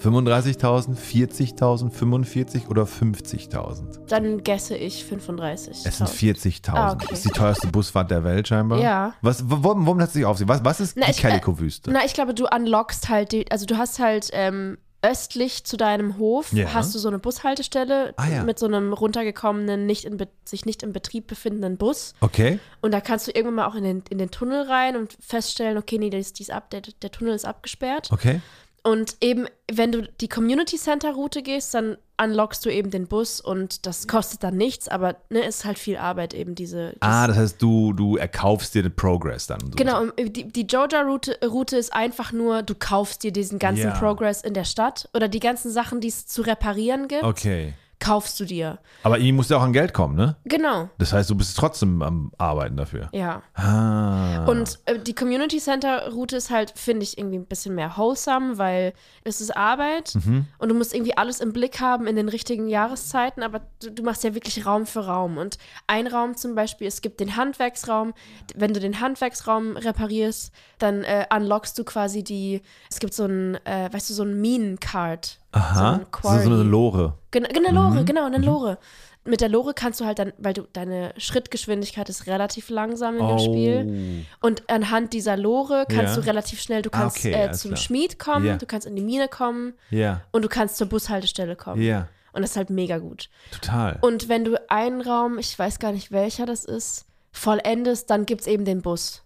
Speaker 1: 35.000, 40.000, 45 oder 50.000?
Speaker 2: Dann gesse ich 35.
Speaker 1: Es sind 40.000.
Speaker 2: Ah, okay.
Speaker 1: Ist die teuerste Busfahrt der Welt scheinbar.
Speaker 2: Ja.
Speaker 1: Was, wo- warum, warum lässt sich aufsehen? Was, was ist
Speaker 2: Na,
Speaker 1: die
Speaker 2: ich, äh,
Speaker 1: Calico-Wüste?
Speaker 2: Na, ich glaube, du unlockst halt, die, also du hast halt ähm, östlich zu deinem Hof,
Speaker 1: Ja.
Speaker 2: hast du so eine Bushaltestelle
Speaker 1: Ah, ja.
Speaker 2: mit so einem runtergekommenen, nicht in, Be- sich nicht im Betrieb befindenden Bus.
Speaker 1: Okay.
Speaker 2: Und da kannst du irgendwann mal auch in den, in den Tunnel rein und feststellen, okay, nee, die ist, die ist ab, der, der Tunnel ist abgesperrt.
Speaker 1: Okay.
Speaker 2: Und eben, wenn du die Community Center Route gehst, dann unlockst du eben den Bus und das kostet dann nichts, aber ne, ist halt viel Arbeit eben diese.
Speaker 1: Ah, das heißt, du, du erkaufst dir den Progress dann. und so.
Speaker 2: Genau, und die, die Georgia-Route äh, Route ist einfach nur, du kaufst dir diesen ganzen
Speaker 1: Ja. Oh.
Speaker 2: Progress in der Stadt oder die ganzen Sachen, die es zu reparieren gibt.
Speaker 1: Okay.
Speaker 2: kaufst du dir.
Speaker 1: Aber irgendwie muss ja auch an Geld kommen, ne?
Speaker 2: Genau,
Speaker 1: Das heißt, du bist trotzdem am Arbeiten dafür.
Speaker 2: ja.
Speaker 1: Ah.
Speaker 2: Und äh, die Community Center Route ist halt, finde ich, irgendwie ein bisschen mehr wholesome, weil es ist Arbeit
Speaker 1: Mhm.
Speaker 2: und du musst irgendwie alles im Blick haben in den richtigen Jahreszeiten, aber du, du machst ja wirklich Raum für Raum. Und ein Raum zum Beispiel, es gibt den Handwerksraum. Wenn du den Handwerksraum reparierst, dann äh, unlockst du quasi die, es gibt so ein, äh, weißt du, so ein Minencard.
Speaker 1: Aha. So,
Speaker 2: So ein
Speaker 1: so eine Mhm.
Speaker 2: Quarry.
Speaker 1: Lore.
Speaker 2: Gen eine Lore, genau, eine Lore. Mit der Lore kannst du halt dann, weil du deine Schrittgeschwindigkeit ist relativ langsam
Speaker 1: Oh.
Speaker 2: in dem Spiel. Und anhand dieser Lore kannst
Speaker 1: Ja.
Speaker 2: du relativ schnell, du
Speaker 1: Ah,
Speaker 2: kannst
Speaker 1: okay,
Speaker 2: äh,
Speaker 1: alles
Speaker 2: zum
Speaker 1: klar.
Speaker 2: Schmied kommen,
Speaker 1: Ja.
Speaker 2: du kannst in die Mine kommen
Speaker 1: Oh. Ja.
Speaker 2: und du kannst zur Bushaltestelle kommen.
Speaker 1: Ja.
Speaker 2: Und das ist halt mega gut.
Speaker 1: Total.
Speaker 2: Und wenn du einen Raum, ich weiß gar nicht welcher das ist, vollendest, dann gibt's eben den Bus.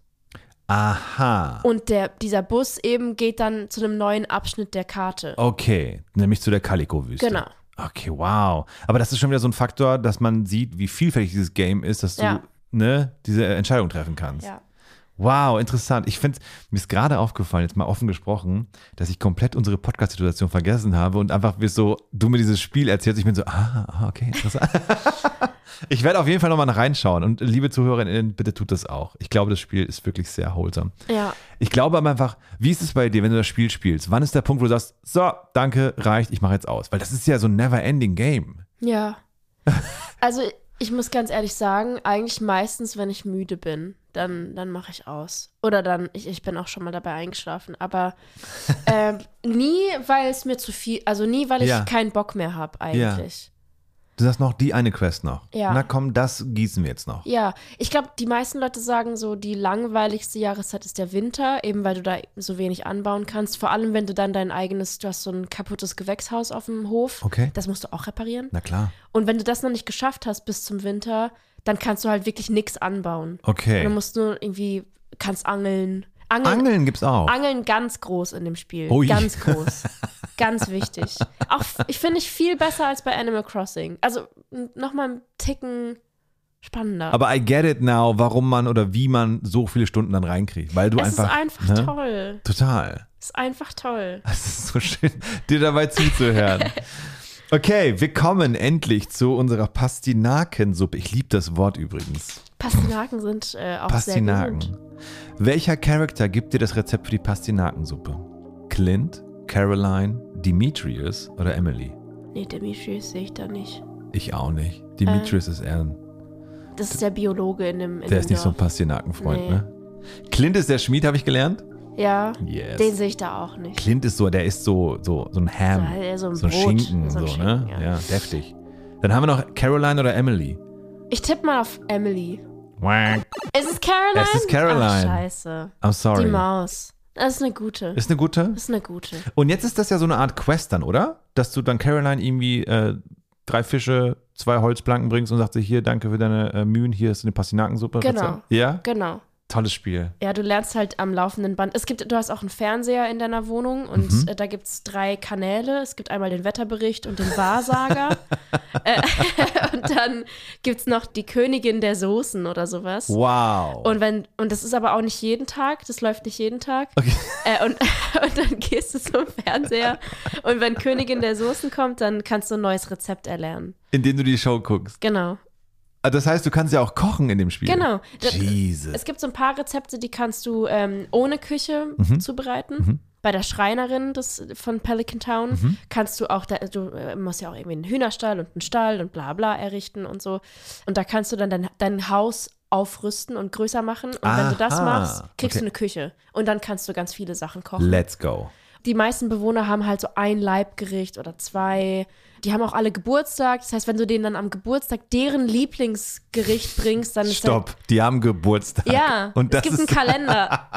Speaker 1: Aha.
Speaker 2: Und der, dieser Bus eben geht dann zu einem neuen Abschnitt der Karte.
Speaker 1: Oh. Okay, nämlich zu der Calico-Wüste.
Speaker 2: Genau.
Speaker 1: Okay, wow. Aber das ist schon wieder so ein Faktor, dass man sieht, wie vielfältig dieses Game ist, dass du
Speaker 2: Ja.
Speaker 1: ne, diese Entscheidung treffen kannst.
Speaker 2: Ja.
Speaker 1: Wow, interessant. Ich finde, mir ist gerade aufgefallen, jetzt mal offen gesprochen, dass ich komplett unsere Podcast-Situation vergessen habe und einfach wie so, du mir dieses Spiel erzählst, ich bin so, ah, ah, okay, interessant. ich werde auf jeden Fall nochmal reinschauen und liebe Zuhörerinnen, bitte tut das auch. Ich glaube, das Spiel ist wirklich sehr holsam.
Speaker 2: Ja.
Speaker 1: Ich glaube aber einfach, wie ist es bei dir, wenn du das Spiel spielst? Wann ist der Punkt, wo du sagst, so, danke, reicht, ich mache jetzt aus? Weil das ist ja so ein never-ending Game.
Speaker 2: Ja. Also ich muss ganz ehrlich sagen, eigentlich meistens, wenn ich müde bin, dann, dann mache ich aus. Oder dann, ich, ich bin auch schon mal dabei eingeschlafen, aber ähm, nie, weil es mir zu viel, also nie, weil ich
Speaker 1: Ja.
Speaker 2: keinen Bock mehr habe eigentlich.
Speaker 1: Du sagst noch, die eine Quest noch.
Speaker 2: Ja.
Speaker 1: Na komm, das gießen wir jetzt noch.
Speaker 2: Ja, ich glaube, die meisten Leute sagen so, die langweiligste Jahreszeit ist der Winter, eben weil du da so wenig anbauen kannst. Vor allem, wenn du dann dein eigenes, du hast so ein kaputtes Gewächshaus auf dem Hof.
Speaker 1: Okay.
Speaker 2: Das musst du auch reparieren.
Speaker 1: Na klar.
Speaker 2: Und wenn du das noch nicht geschafft hast bis zum Winter, dann kannst du halt wirklich nichts anbauen.
Speaker 1: Okay.
Speaker 2: Du musst nur irgendwie, kannst angeln. Angeln,
Speaker 1: Angeln gibt's auch.
Speaker 2: angeln ganz groß in dem Spiel.
Speaker 1: Ui.
Speaker 2: Ganz groß. ganz wichtig. Auch, f- ich finde ich viel besser als bei Animal Crossing. Also nochmal einen Ticken spannender.
Speaker 1: aber I get it now, warum man oder wie man so viele Stunden dann reinkriegt. Weil du
Speaker 2: es
Speaker 1: einfach.
Speaker 2: ist einfach
Speaker 1: ne?
Speaker 2: toll.
Speaker 1: Total.
Speaker 2: Es ist einfach toll.
Speaker 1: Es ist so schön, dir dabei zuzuhören. Okay, wir kommen endlich zu unserer Pastinakensuppe. Ich liebe das Wort übrigens.
Speaker 2: Pastinaken sind äh, auch
Speaker 1: Pastinaken.
Speaker 2: sehr gut.
Speaker 1: Welcher Charakter gibt dir das Rezept für die Pastinakensuppe? Clint, Caroline, Demetrius oder Emily?
Speaker 2: Nee, Demetrius sehe ich da nicht.
Speaker 1: Ich auch nicht.
Speaker 2: Äh,
Speaker 1: Demetrius ist er.
Speaker 2: Das ist der Biologe in dem in
Speaker 1: Der
Speaker 2: dem
Speaker 1: ist nicht so ein
Speaker 2: Dorf.
Speaker 1: Pastinakenfreund,
Speaker 2: Nee.
Speaker 1: ne? Clint ist der Schmied, habe ich gelernt.
Speaker 2: Ja,
Speaker 1: Yes.
Speaker 2: den sehe ich da auch nicht.
Speaker 1: Clint ist so, der ist so, so, so ein Ham.
Speaker 2: So, äh, so ein Brot,
Speaker 1: Schinken, Ähm, so,
Speaker 2: so ein
Speaker 1: ne? Ja.
Speaker 2: Schinken, ja.
Speaker 1: deftig. Dann haben wir noch Caroline oder Emily.
Speaker 2: Ich tippe mal auf Emily.
Speaker 1: Whack.
Speaker 2: Ist es Caroline?
Speaker 1: Es ist Caroline.
Speaker 2: Ach, scheiße.
Speaker 1: I'm
Speaker 2: Die
Speaker 1: sorry.
Speaker 2: Maus. Das ist eine gute.
Speaker 1: Ist eine gute?
Speaker 2: Das ist eine gute.
Speaker 1: Und jetzt ist das ja so eine Art Quest dann, oder? Dass du dann Caroline irgendwie äh, drei Fische, zwei Holzplanken bringst und sagst dir, hier, danke für deine äh, Mühen, hier ist eine Pastinakensuppe.
Speaker 2: Genau.
Speaker 1: Rezept. Ja?
Speaker 2: Genau.
Speaker 1: Tolles Spiel.
Speaker 2: Ja, du lernst halt am laufenden Band. Es gibt, du hast auch einen Fernseher in deiner Wohnung und
Speaker 1: Mhm.
Speaker 2: äh, da gibt es drei Kanäle. Es gibt einmal den Wetterbericht und den Wahrsager. äh, und dann gibt es noch die Königin der Soßen oder sowas.
Speaker 1: Wow.
Speaker 2: Und wenn, und das ist aber auch nicht jeden Tag, das läuft nicht jeden Tag.
Speaker 1: Okay.
Speaker 2: Äh, und, und dann gehst du zum Fernseher und wenn Königin der Soßen kommt, dann kannst du ein neues Rezept erlernen.
Speaker 1: Indem du die Show guckst.
Speaker 2: Genau.
Speaker 1: Ah, Das heißt, du kannst ja auch kochen in dem Spiel.
Speaker 2: Genau. Da-
Speaker 1: Jesus.
Speaker 2: Es gibt so ein paar Rezepte, die kannst du ähm, ohne Küche
Speaker 1: Mhm.
Speaker 2: zubereiten. Bei der Schreinerin des, von Pelican Town
Speaker 1: Mhm.
Speaker 2: kannst du auch, da, du äh, musst ja auch irgendwie einen Hühnerstall und einen Stall und bla bla errichten und so. Und da kannst du dann dein, dein Haus aufrüsten und größer machen. Und wenn du das
Speaker 1: Aha.
Speaker 2: machst, kriegst
Speaker 1: Okay.
Speaker 2: du eine Küche. Und dann kannst du ganz viele Sachen kochen.
Speaker 1: Let's go.
Speaker 2: Die meisten Bewohner haben halt so ein Leibgericht oder zwei. Die haben auch alle Geburtstag. Das heißt, wenn du denen dann am Geburtstag deren Lieblingsgericht bringst, dann ist dein-
Speaker 1: Stopp. Die haben Geburtstag.
Speaker 2: ja,
Speaker 1: Und das
Speaker 2: es gibt einen
Speaker 1: ist.
Speaker 2: Kalender.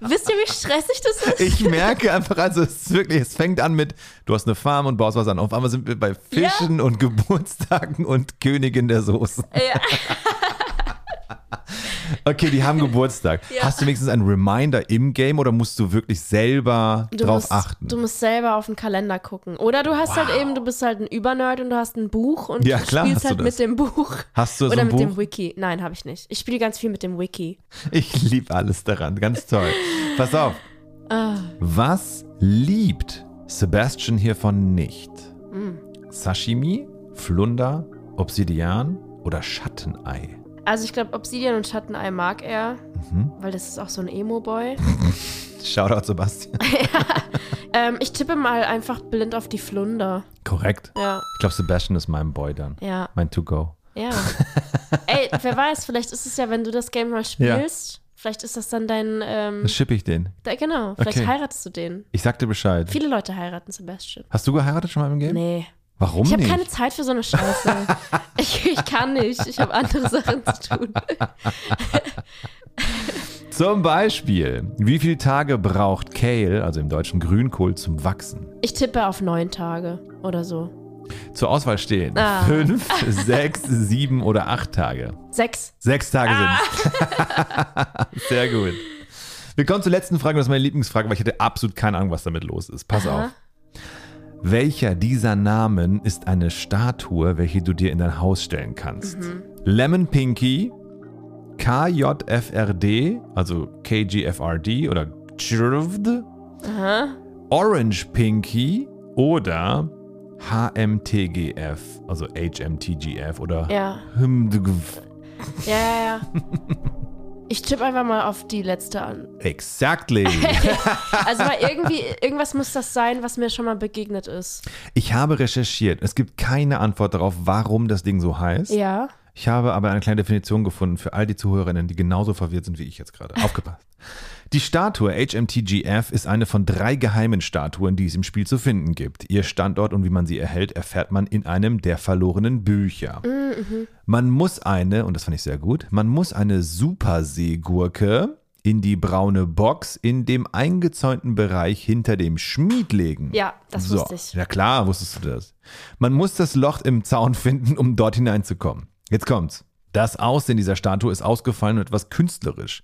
Speaker 2: Wisst ihr, wie stressig das ist?
Speaker 1: Ich merke einfach, also es ist wirklich, es fängt an mit, du hast eine Farm und baust was an. Auf einmal sind wir bei Fischen und Geburtstagen und Königin der Soßen.
Speaker 2: ja.
Speaker 1: Okay, die haben Geburtstag.
Speaker 2: Ja.
Speaker 1: Hast du wenigstens einen Reminder im Game oder musst du wirklich selber
Speaker 2: Du
Speaker 1: drauf
Speaker 2: musst,
Speaker 1: achten?
Speaker 2: Du musst selber auf den Kalender gucken. Oder du hast halt eben, du bist halt ein Übernerd und du hast ein Buch und
Speaker 1: Ja,
Speaker 2: du
Speaker 1: klar hast
Speaker 2: spielst
Speaker 1: du
Speaker 2: halt
Speaker 1: das.
Speaker 2: mit dem Buch.
Speaker 1: Hast du so
Speaker 2: Oder
Speaker 1: ein
Speaker 2: mit dem
Speaker 1: Buch?
Speaker 2: Wiki. Nein, habe ich nicht. Ich spiele ganz viel mit dem Wiki.
Speaker 1: Ich liebe alles daran. Ganz toll. Pass auf. Was liebt Sebastian hiervon nicht? Sashimi, Flunder, Obsidian oder Schattenei?
Speaker 2: Also ich glaube, Obsidian und Schattenei mag er,
Speaker 1: Mhm.
Speaker 2: weil das ist auch so ein Emo-Boy.
Speaker 1: Shoutout Sebastian.
Speaker 2: ähm, ich tippe mal einfach blind auf die Flunder.
Speaker 1: Korrekt.
Speaker 2: Ja,
Speaker 1: Ich glaube, Sebastian ist mein Boy dann.
Speaker 2: ja,
Speaker 1: Mein To-Go.
Speaker 2: ja. Ey, wer weiß, vielleicht ist es ja, wenn du das Game mal spielst, vielleicht ist das dann dein, ähm,
Speaker 1: Das schippe ich den.
Speaker 2: da, genau, vielleicht
Speaker 1: Okay.
Speaker 2: heiratest du den.
Speaker 1: Ich sag dir Bescheid.
Speaker 2: Viele Leute heiraten Sebastian.
Speaker 1: Hast du geheiratet schon mal im Game?
Speaker 2: Nee.
Speaker 1: Warum
Speaker 2: Ich habe
Speaker 1: nicht?
Speaker 2: keine Zeit für so eine Scheiße. ich, ich kann nicht. Ich habe andere Sachen zu tun.
Speaker 1: Zum Beispiel, wie viele Tage braucht Kale, also im deutschen Grünkohl, zum Wachsen?
Speaker 2: Ich tippe auf neun Tage oder so.
Speaker 1: Zur Auswahl stehen
Speaker 2: Ah.
Speaker 1: fünf, sechs, sieben oder acht Tage.
Speaker 2: Sechs.
Speaker 1: Sechs Tage
Speaker 2: Ah.
Speaker 1: sind Sehr gut. Wir kommen zur letzten Frage, und das ist meine Lieblingsfrage, weil ich hatte absolut keine Ahnung, was damit los ist. Pass
Speaker 2: Aha.
Speaker 1: auf. Welcher dieser Namen ist eine Statue, welche du dir in dein Haus stellen kannst?
Speaker 2: Mhm.
Speaker 1: Lemon Pinky, KJFRD, also KGFRD oder GFRD,
Speaker 2: Aha.
Speaker 1: Orange Pinky oder HMTGF, also HMTGF oder
Speaker 2: Ja.
Speaker 1: HMTGF.
Speaker 2: Ja, ja, ja. Ich tippe einfach mal auf die letzte an.
Speaker 1: Exactly.
Speaker 2: Also, weil irgendwie, irgendwas muss das sein, was mir schon mal begegnet ist.
Speaker 1: Ich habe recherchiert. Es gibt keine Antwort darauf, warum das Ding so heißt.
Speaker 2: Ja.
Speaker 1: Ich habe aber eine kleine Definition gefunden für all die Zuhörerinnen, die genauso verwirrt sind wie ich jetzt gerade. Aufgepasst. Die Statue HMTGF ist eine von drei geheimen Statuen, die es im Spiel zu finden gibt. Ihr Standort und wie man sie erhält, erfährt man in einem der verlorenen Bücher.
Speaker 2: Mm, mhm.
Speaker 1: Man muss eine, und das fand ich sehr gut, man muss eine Superseegurke in die braune Box in dem eingezäunten Bereich hinter dem Schmied legen.
Speaker 2: Ja, das
Speaker 1: so.
Speaker 2: wusste ich.
Speaker 1: Ja klar, wusstest du das. Man muss das Loch im Zaun finden, um dort hineinzukommen. Jetzt kommt's. Das Aussehen dieser Statue ist ausgefallen und etwas künstlerisch.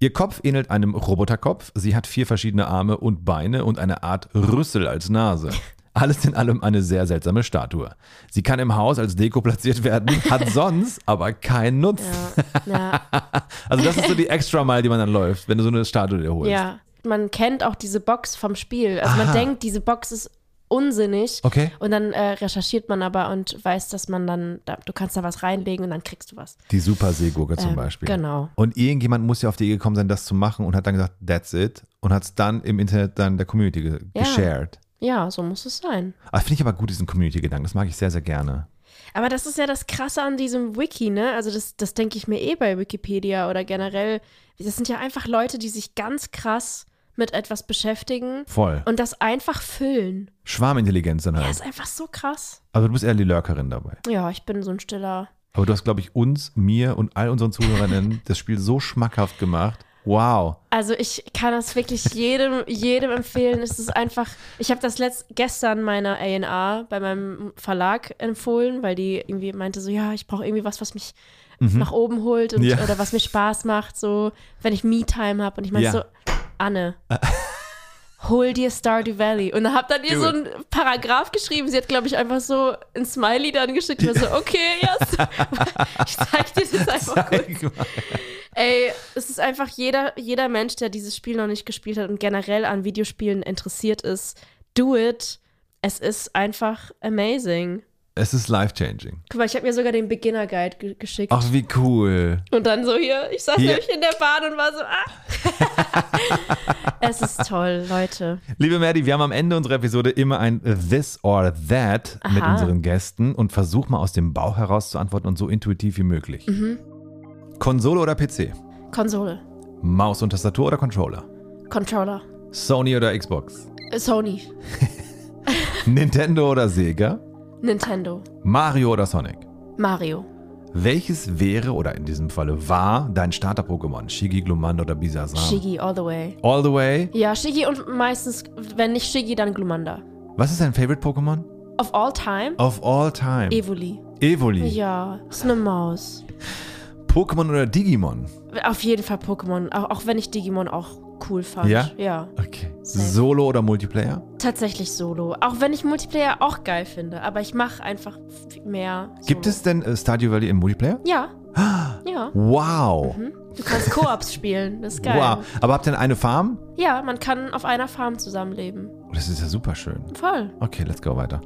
Speaker 1: Ihr Kopf ähnelt einem Roboterkopf. Sie hat vier verschiedene Arme und Beine und eine Art Rüssel als Nase. Alles in allem eine sehr seltsame Statue. Sie kann im Haus als Deko platziert werden, hat sonst aber keinen Nutzen.
Speaker 2: Ja. Ja.
Speaker 1: Also das ist so die extra Mile, die man dann läuft, wenn du so eine Statue dir holst.
Speaker 2: ja. Man kennt auch diese Box vom Spiel. Also,
Speaker 1: Aha.
Speaker 2: man denkt, diese Box ist unsinnig.
Speaker 1: Ah. Okay.
Speaker 2: Und dann äh, recherchiert man aber und weiß, dass man dann, da, du kannst da was reinlegen und dann kriegst du was.
Speaker 1: Die Superseegurke zum
Speaker 2: Ähm,
Speaker 1: Beispiel.
Speaker 2: Genau.
Speaker 1: Und irgendjemand muss ja auf die Idee gekommen sein, das zu machen und hat dann gesagt, that's it. Und hat es dann im Internet dann der Community ge
Speaker 2: Ja.
Speaker 1: geshared.
Speaker 2: Ja, so muss es sein.
Speaker 1: Ah, Finde ich aber gut, diesen Community-Gedanken. Das mag ich sehr, sehr gerne.
Speaker 2: Aber das ist ja das Krasse an diesem Wiki, ne? Also das, das denke ich mir eh bei Wikipedia oder generell. Das sind ja einfach Leute, die sich ganz krass mit etwas beschäftigen
Speaker 1: Voll.
Speaker 2: und das einfach füllen.
Speaker 1: Schwarmintelligenz dann
Speaker 2: Ja,
Speaker 1: halt.
Speaker 2: ist einfach so krass.
Speaker 1: Also du bist eher die Lurkerin dabei.
Speaker 2: Ja, ich bin so ein stiller.
Speaker 1: Aber du hast, glaube ich, uns, mir und all unseren Zuhörerinnen das Spiel so schmackhaft gemacht. Wow.
Speaker 2: Also ich kann das wirklich jedem, jedem empfehlen. Es ist einfach. Ich habe das letzt gestern meiner A&R bei meinem Verlag empfohlen, weil die irgendwie meinte so, ja, ich brauche irgendwie was, was mich nach oben holt und,
Speaker 1: Mhm. Ja.
Speaker 2: oder was mir Spaß macht, so wenn ich Me-Time habe. Und ich meine
Speaker 1: Ja.
Speaker 2: so, Anne. Hol dir Stardew Valley. Und hab dann ihr
Speaker 1: Do
Speaker 2: so
Speaker 1: it.
Speaker 2: einen Paragraph geschrieben. Sie hat, glaube ich, einfach so ein Smiley dann geschickt. Ich war so, okay, yes. ich zeig dir das einfach kurz.
Speaker 1: Zeig mal.
Speaker 2: Ey, es ist einfach jeder, jeder Mensch, der dieses Spiel noch nicht gespielt hat und generell an Videospielen interessiert ist, do it. Es ist einfach amazing.
Speaker 1: Es ist life-changing.
Speaker 2: Guck mal, ich habe mir sogar den Beginner Guide ge geschickt.
Speaker 1: Ach, wie cool.
Speaker 2: Und dann so hier, ich saß
Speaker 1: Ah. Hier.
Speaker 2: nämlich in der Bahn und war so, ah. es ist toll, Leute.
Speaker 1: Liebe Maddie, wir haben am Ende unserer Episode immer ein This or That mit
Speaker 2: Aha.
Speaker 1: unseren Gästen und versuch mal aus dem Bauch heraus zu antworten und so intuitiv wie möglich.
Speaker 2: Mhm.
Speaker 1: Konsole oder PC?
Speaker 2: Konsole,
Speaker 1: Maus und Tastatur oder Controller?
Speaker 2: Controller,
Speaker 1: Sony oder Xbox?
Speaker 2: äh, Sony,
Speaker 1: Nintendo oder Sega?
Speaker 2: Nintendo,
Speaker 1: Mario oder Sonic?
Speaker 2: Mario,
Speaker 1: Welches wäre oder in diesem Falle war dein Starter-Pokémon? Shigi, Glumanda oder Bisasam?
Speaker 2: Shigi all the way.
Speaker 1: All the way.
Speaker 2: Ja, Shigi und meistens, wenn nicht Shigi, dann Glumanda.
Speaker 1: Was ist dein Favorite Pokémon?
Speaker 2: Of all time,
Speaker 1: Of all time.
Speaker 2: Evoli.
Speaker 1: Evoli.
Speaker 2: Ja, ist eine Maus.
Speaker 1: Pokémon oder Digimon?
Speaker 2: Auf jeden Fall Pokémon, auch, auch wenn ich Digimon auch cool fand.
Speaker 1: Ja?
Speaker 2: Ja.
Speaker 1: Okay.
Speaker 2: Safe.
Speaker 1: Solo oder Multiplayer?
Speaker 2: Tatsächlich Solo. Auch wenn ich Multiplayer auch geil finde, aber ich mache einfach f- mehr. Solo.
Speaker 1: Gibt es Ah. denn äh, Stardew Valley im Multiplayer?
Speaker 2: Ja. Ja.
Speaker 1: Wow.
Speaker 2: Du kannst Koops spielen, das ist Mhm, geil.
Speaker 1: Wow. Aber habt ihr denn eine Farm? Oh,
Speaker 2: Ja, man kann auf einer Farm zusammenleben.
Speaker 1: Das ist ja super schön.
Speaker 2: Voll.
Speaker 1: Okay, let's go weiter.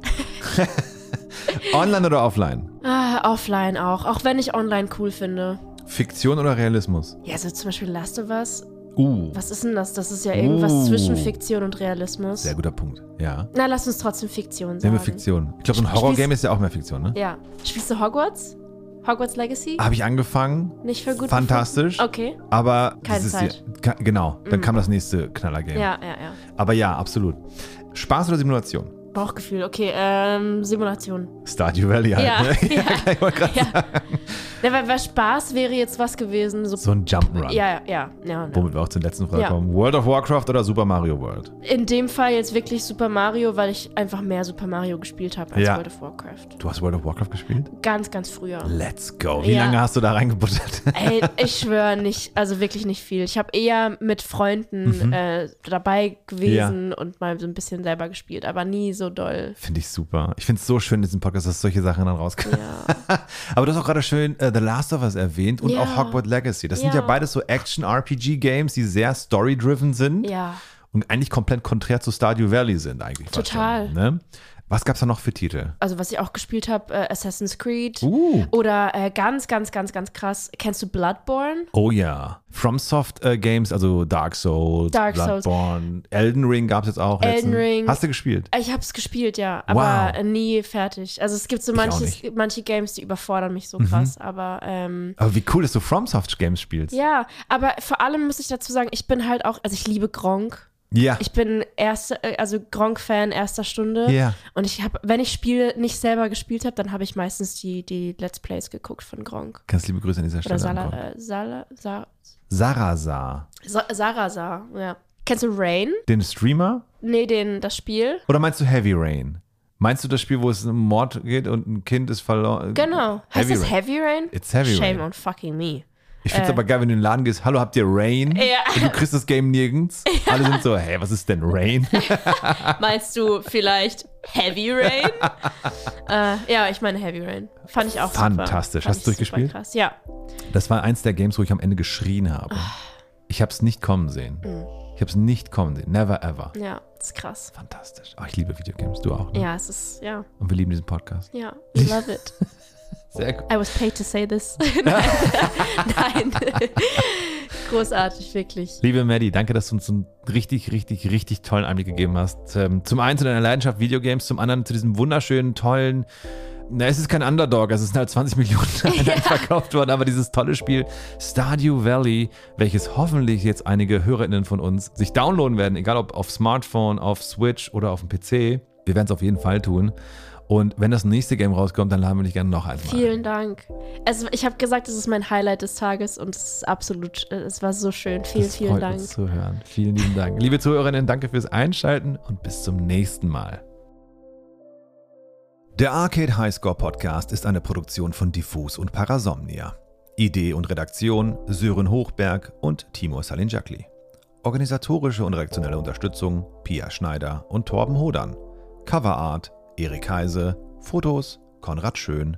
Speaker 1: Online oder offline?
Speaker 2: Ah, offline auch, auch wenn ich online cool finde.
Speaker 1: Fiktion oder Realismus?
Speaker 2: Ja, so zum Beispiel Last of Us.
Speaker 1: Uh,
Speaker 2: Was ist denn das? Das ist ja irgendwas
Speaker 1: Oh.
Speaker 2: zwischen Fiktion und Realismus.
Speaker 1: sehr guter Punkt. Ja.
Speaker 2: Na, lass uns trotzdem Fiktion sagen.
Speaker 1: Nehmen wir Fiktion. Ich glaube, so ein
Speaker 2: Spielst-
Speaker 1: Horrorgame ist ja auch mehr Fiktion, ne?
Speaker 2: Ja. Spielst du Hogwarts? Hogwarts Legacy?
Speaker 1: Habe ich angefangen.
Speaker 2: Nicht für gut.
Speaker 1: Fantastisch.
Speaker 2: Okay.
Speaker 1: Aber
Speaker 2: Keine
Speaker 1: das ist
Speaker 2: Zeit. Mhm.
Speaker 1: ja- ka- genau, dann kam das nächste Knaller-Game.
Speaker 2: Ja, ja, ja.
Speaker 1: Aber ja, absolut. Spaß oder Simulation?
Speaker 2: Bauchgefühl, okay, ähm, Simulation.
Speaker 1: Stardew Valley halt.
Speaker 2: Ja,
Speaker 1: ne?
Speaker 2: ja.
Speaker 1: ich wollte gerade
Speaker 2: Ja.
Speaker 1: sagen.
Speaker 2: Na, weil, weil Spaß wäre jetzt was gewesen. So,
Speaker 1: So ein Jump'n'Run.
Speaker 2: ja, ja, ja, ja.
Speaker 1: Womit wir auch zur letzten Frage
Speaker 2: Ja.
Speaker 1: kommen. World of Warcraft oder Super Mario World?
Speaker 2: In dem Fall jetzt wirklich Super Mario, weil ich einfach mehr Super Mario gespielt habe als
Speaker 1: Ja.
Speaker 2: World of Warcraft.
Speaker 1: Du hast World of Warcraft gespielt?
Speaker 2: Ganz, ganz früher.
Speaker 1: Let's go. Wie
Speaker 2: Ja.
Speaker 1: lange hast du da reingebuttert?
Speaker 2: Ey, ich schwöre nicht, also wirklich nicht viel. Ich habe eher mit
Speaker 1: Mhm.
Speaker 2: Freunden äh, dabei gewesen und mal so ein bisschen selber gespielt, aber nie so doll.
Speaker 1: Finde ich super. Ich finde es so schön in diesem Podcast, dass solche Sachen dann rauskommen.
Speaker 2: Ja.
Speaker 1: Aber du hast auch gerade schön äh, The Last of Us erwähnt und
Speaker 2: Ja.
Speaker 1: auch Hogwarts Legacy. Das sind ja
Speaker 2: Ja.
Speaker 1: beides so Action-RPG-Games, die sehr story-driven sind
Speaker 2: ja.
Speaker 1: und eigentlich komplett konträr zu Stardew Valley sind eigentlich. fast
Speaker 2: Total.
Speaker 1: Schon, ne? Was gab es da noch für Titel?
Speaker 2: Also was ich auch gespielt habe, äh, Assassin's Creed.
Speaker 1: Uh.
Speaker 2: Oder äh, ganz, ganz, ganz, ganz krass. Kennst du Bloodborne?
Speaker 1: Oh ja. FromSoft äh, Games, also Dark Souls,
Speaker 2: Dark Souls.
Speaker 1: Bloodborne, Elden Ring gab es jetzt auch.
Speaker 2: Elden
Speaker 1: letzten-
Speaker 2: Ring.
Speaker 1: Hast du gespielt?
Speaker 2: Äh, Ich habe es gespielt, ja, aber
Speaker 1: Wow.
Speaker 2: äh, nie fertig. Also es gibt so
Speaker 1: auch Mhm.
Speaker 2: manches, manche Games, die überfordern mich so krass, aber ähm,
Speaker 1: Aber wie cool, dass du FromSoft Games spielst.
Speaker 2: ja, aber vor allem muss ich dazu sagen, ich bin halt auch, also ich liebe Gronk.
Speaker 1: Ja.
Speaker 2: Ich bin erste, äh, also Gronk-Fan erster Stunde.
Speaker 1: Ja.
Speaker 2: Und ich habe, wenn ich Spiele nicht selber gespielt habe, dann habe ich meistens die, die Let's Plays geguckt von Gronk.
Speaker 1: Ganz liebe Grüße an dieser
Speaker 2: Oder
Speaker 1: Stelle. ankommen.
Speaker 2: Sala, äh, Sala, Sa,
Speaker 1: Sarasa,
Speaker 2: Sa, Sarasa, ja. Kennst du Rain?
Speaker 1: den Streamer?
Speaker 2: Nee, den, das Spiel.
Speaker 1: Oder meinst du Heavy Rain? Meinst du das Spiel, wo es um Mord geht und ein Kind ist verloren?
Speaker 2: Genau. Heißt
Speaker 1: Heavy
Speaker 2: das
Speaker 1: Rain.
Speaker 2: Heavy Rain?
Speaker 1: It's Heavy
Speaker 2: Shame
Speaker 1: Rain.
Speaker 2: on fucking me.
Speaker 1: Ich find's aber geil, wenn du in den Laden gehst, hallo, habt ihr Rain?
Speaker 2: Ja.
Speaker 1: Und du kriegst das Game nirgends. Alle sind so, hey, was ist denn Rain?
Speaker 2: Meinst du vielleicht Heavy Rain? äh, ja, ich meine Heavy Rain. Fand ich auch
Speaker 1: Fantastisch.
Speaker 2: Super. Fand
Speaker 1: Hast
Speaker 2: ich
Speaker 1: du durchgespielt?
Speaker 2: Super krass. Ja.
Speaker 1: Das war eins der Games, wo ich am Ende geschrien habe.
Speaker 2: Ah.
Speaker 1: Ich hab's nicht kommen sehen.
Speaker 2: Mhm.
Speaker 1: Ich hab's nicht kommen sehen. Never ever.
Speaker 2: Ja, das ist krass.
Speaker 1: Fantastisch. Oh, ich liebe Videogames. Du auch. Ne?
Speaker 2: Ja, es ist, ja,
Speaker 1: Und wir lieben diesen Podcast.
Speaker 2: ja. Love it.
Speaker 1: Sehr gut.
Speaker 2: I was paid to say this. Nein. Nein. Großartig, wirklich.
Speaker 1: Liebe Maddie, danke, dass du uns einen richtig, richtig, richtig tollen Einblick gegeben hast. Ähm, Zum einen zu deiner Leidenschaft Videogames, zum anderen zu diesem wunderschönen, tollen. Na, es ist kein Underdog, es ist halt 20 Millionen verkauft worden, aber dieses tolle Spiel Stardew Valley, welches hoffentlich jetzt einige HörerInnen von uns sich downloaden werden, egal ob auf Smartphone, auf Switch oder auf dem PC. Wir werden es auf jeden Fall tun. Und wenn das nächste Game rauskommt, dann laden wir dich gerne noch einmal. ein.
Speaker 2: Vielen Dank. Also ich habe gesagt, es ist mein Highlight des Tages und es ist absolut, äh, es war so schön. Vielen,
Speaker 1: Das
Speaker 2: vielen
Speaker 1: freut
Speaker 2: Dank. Oh.
Speaker 1: Uns zu hören. Vielen lieben Dank. Liebe Zuhörerinnen, danke fürs Einschalten und bis zum nächsten Mal. Der Arcade Highscore Podcast ist eine Produktion von Diffus und Parasomnia. Idee und Redaktion Sören Hochberg und Timur Salinjakli. Organisatorische und redaktionelle Unterstützung Pia Schneider und Torben Hodern. Coverart Erik Heise. Fotos Konrad Schön,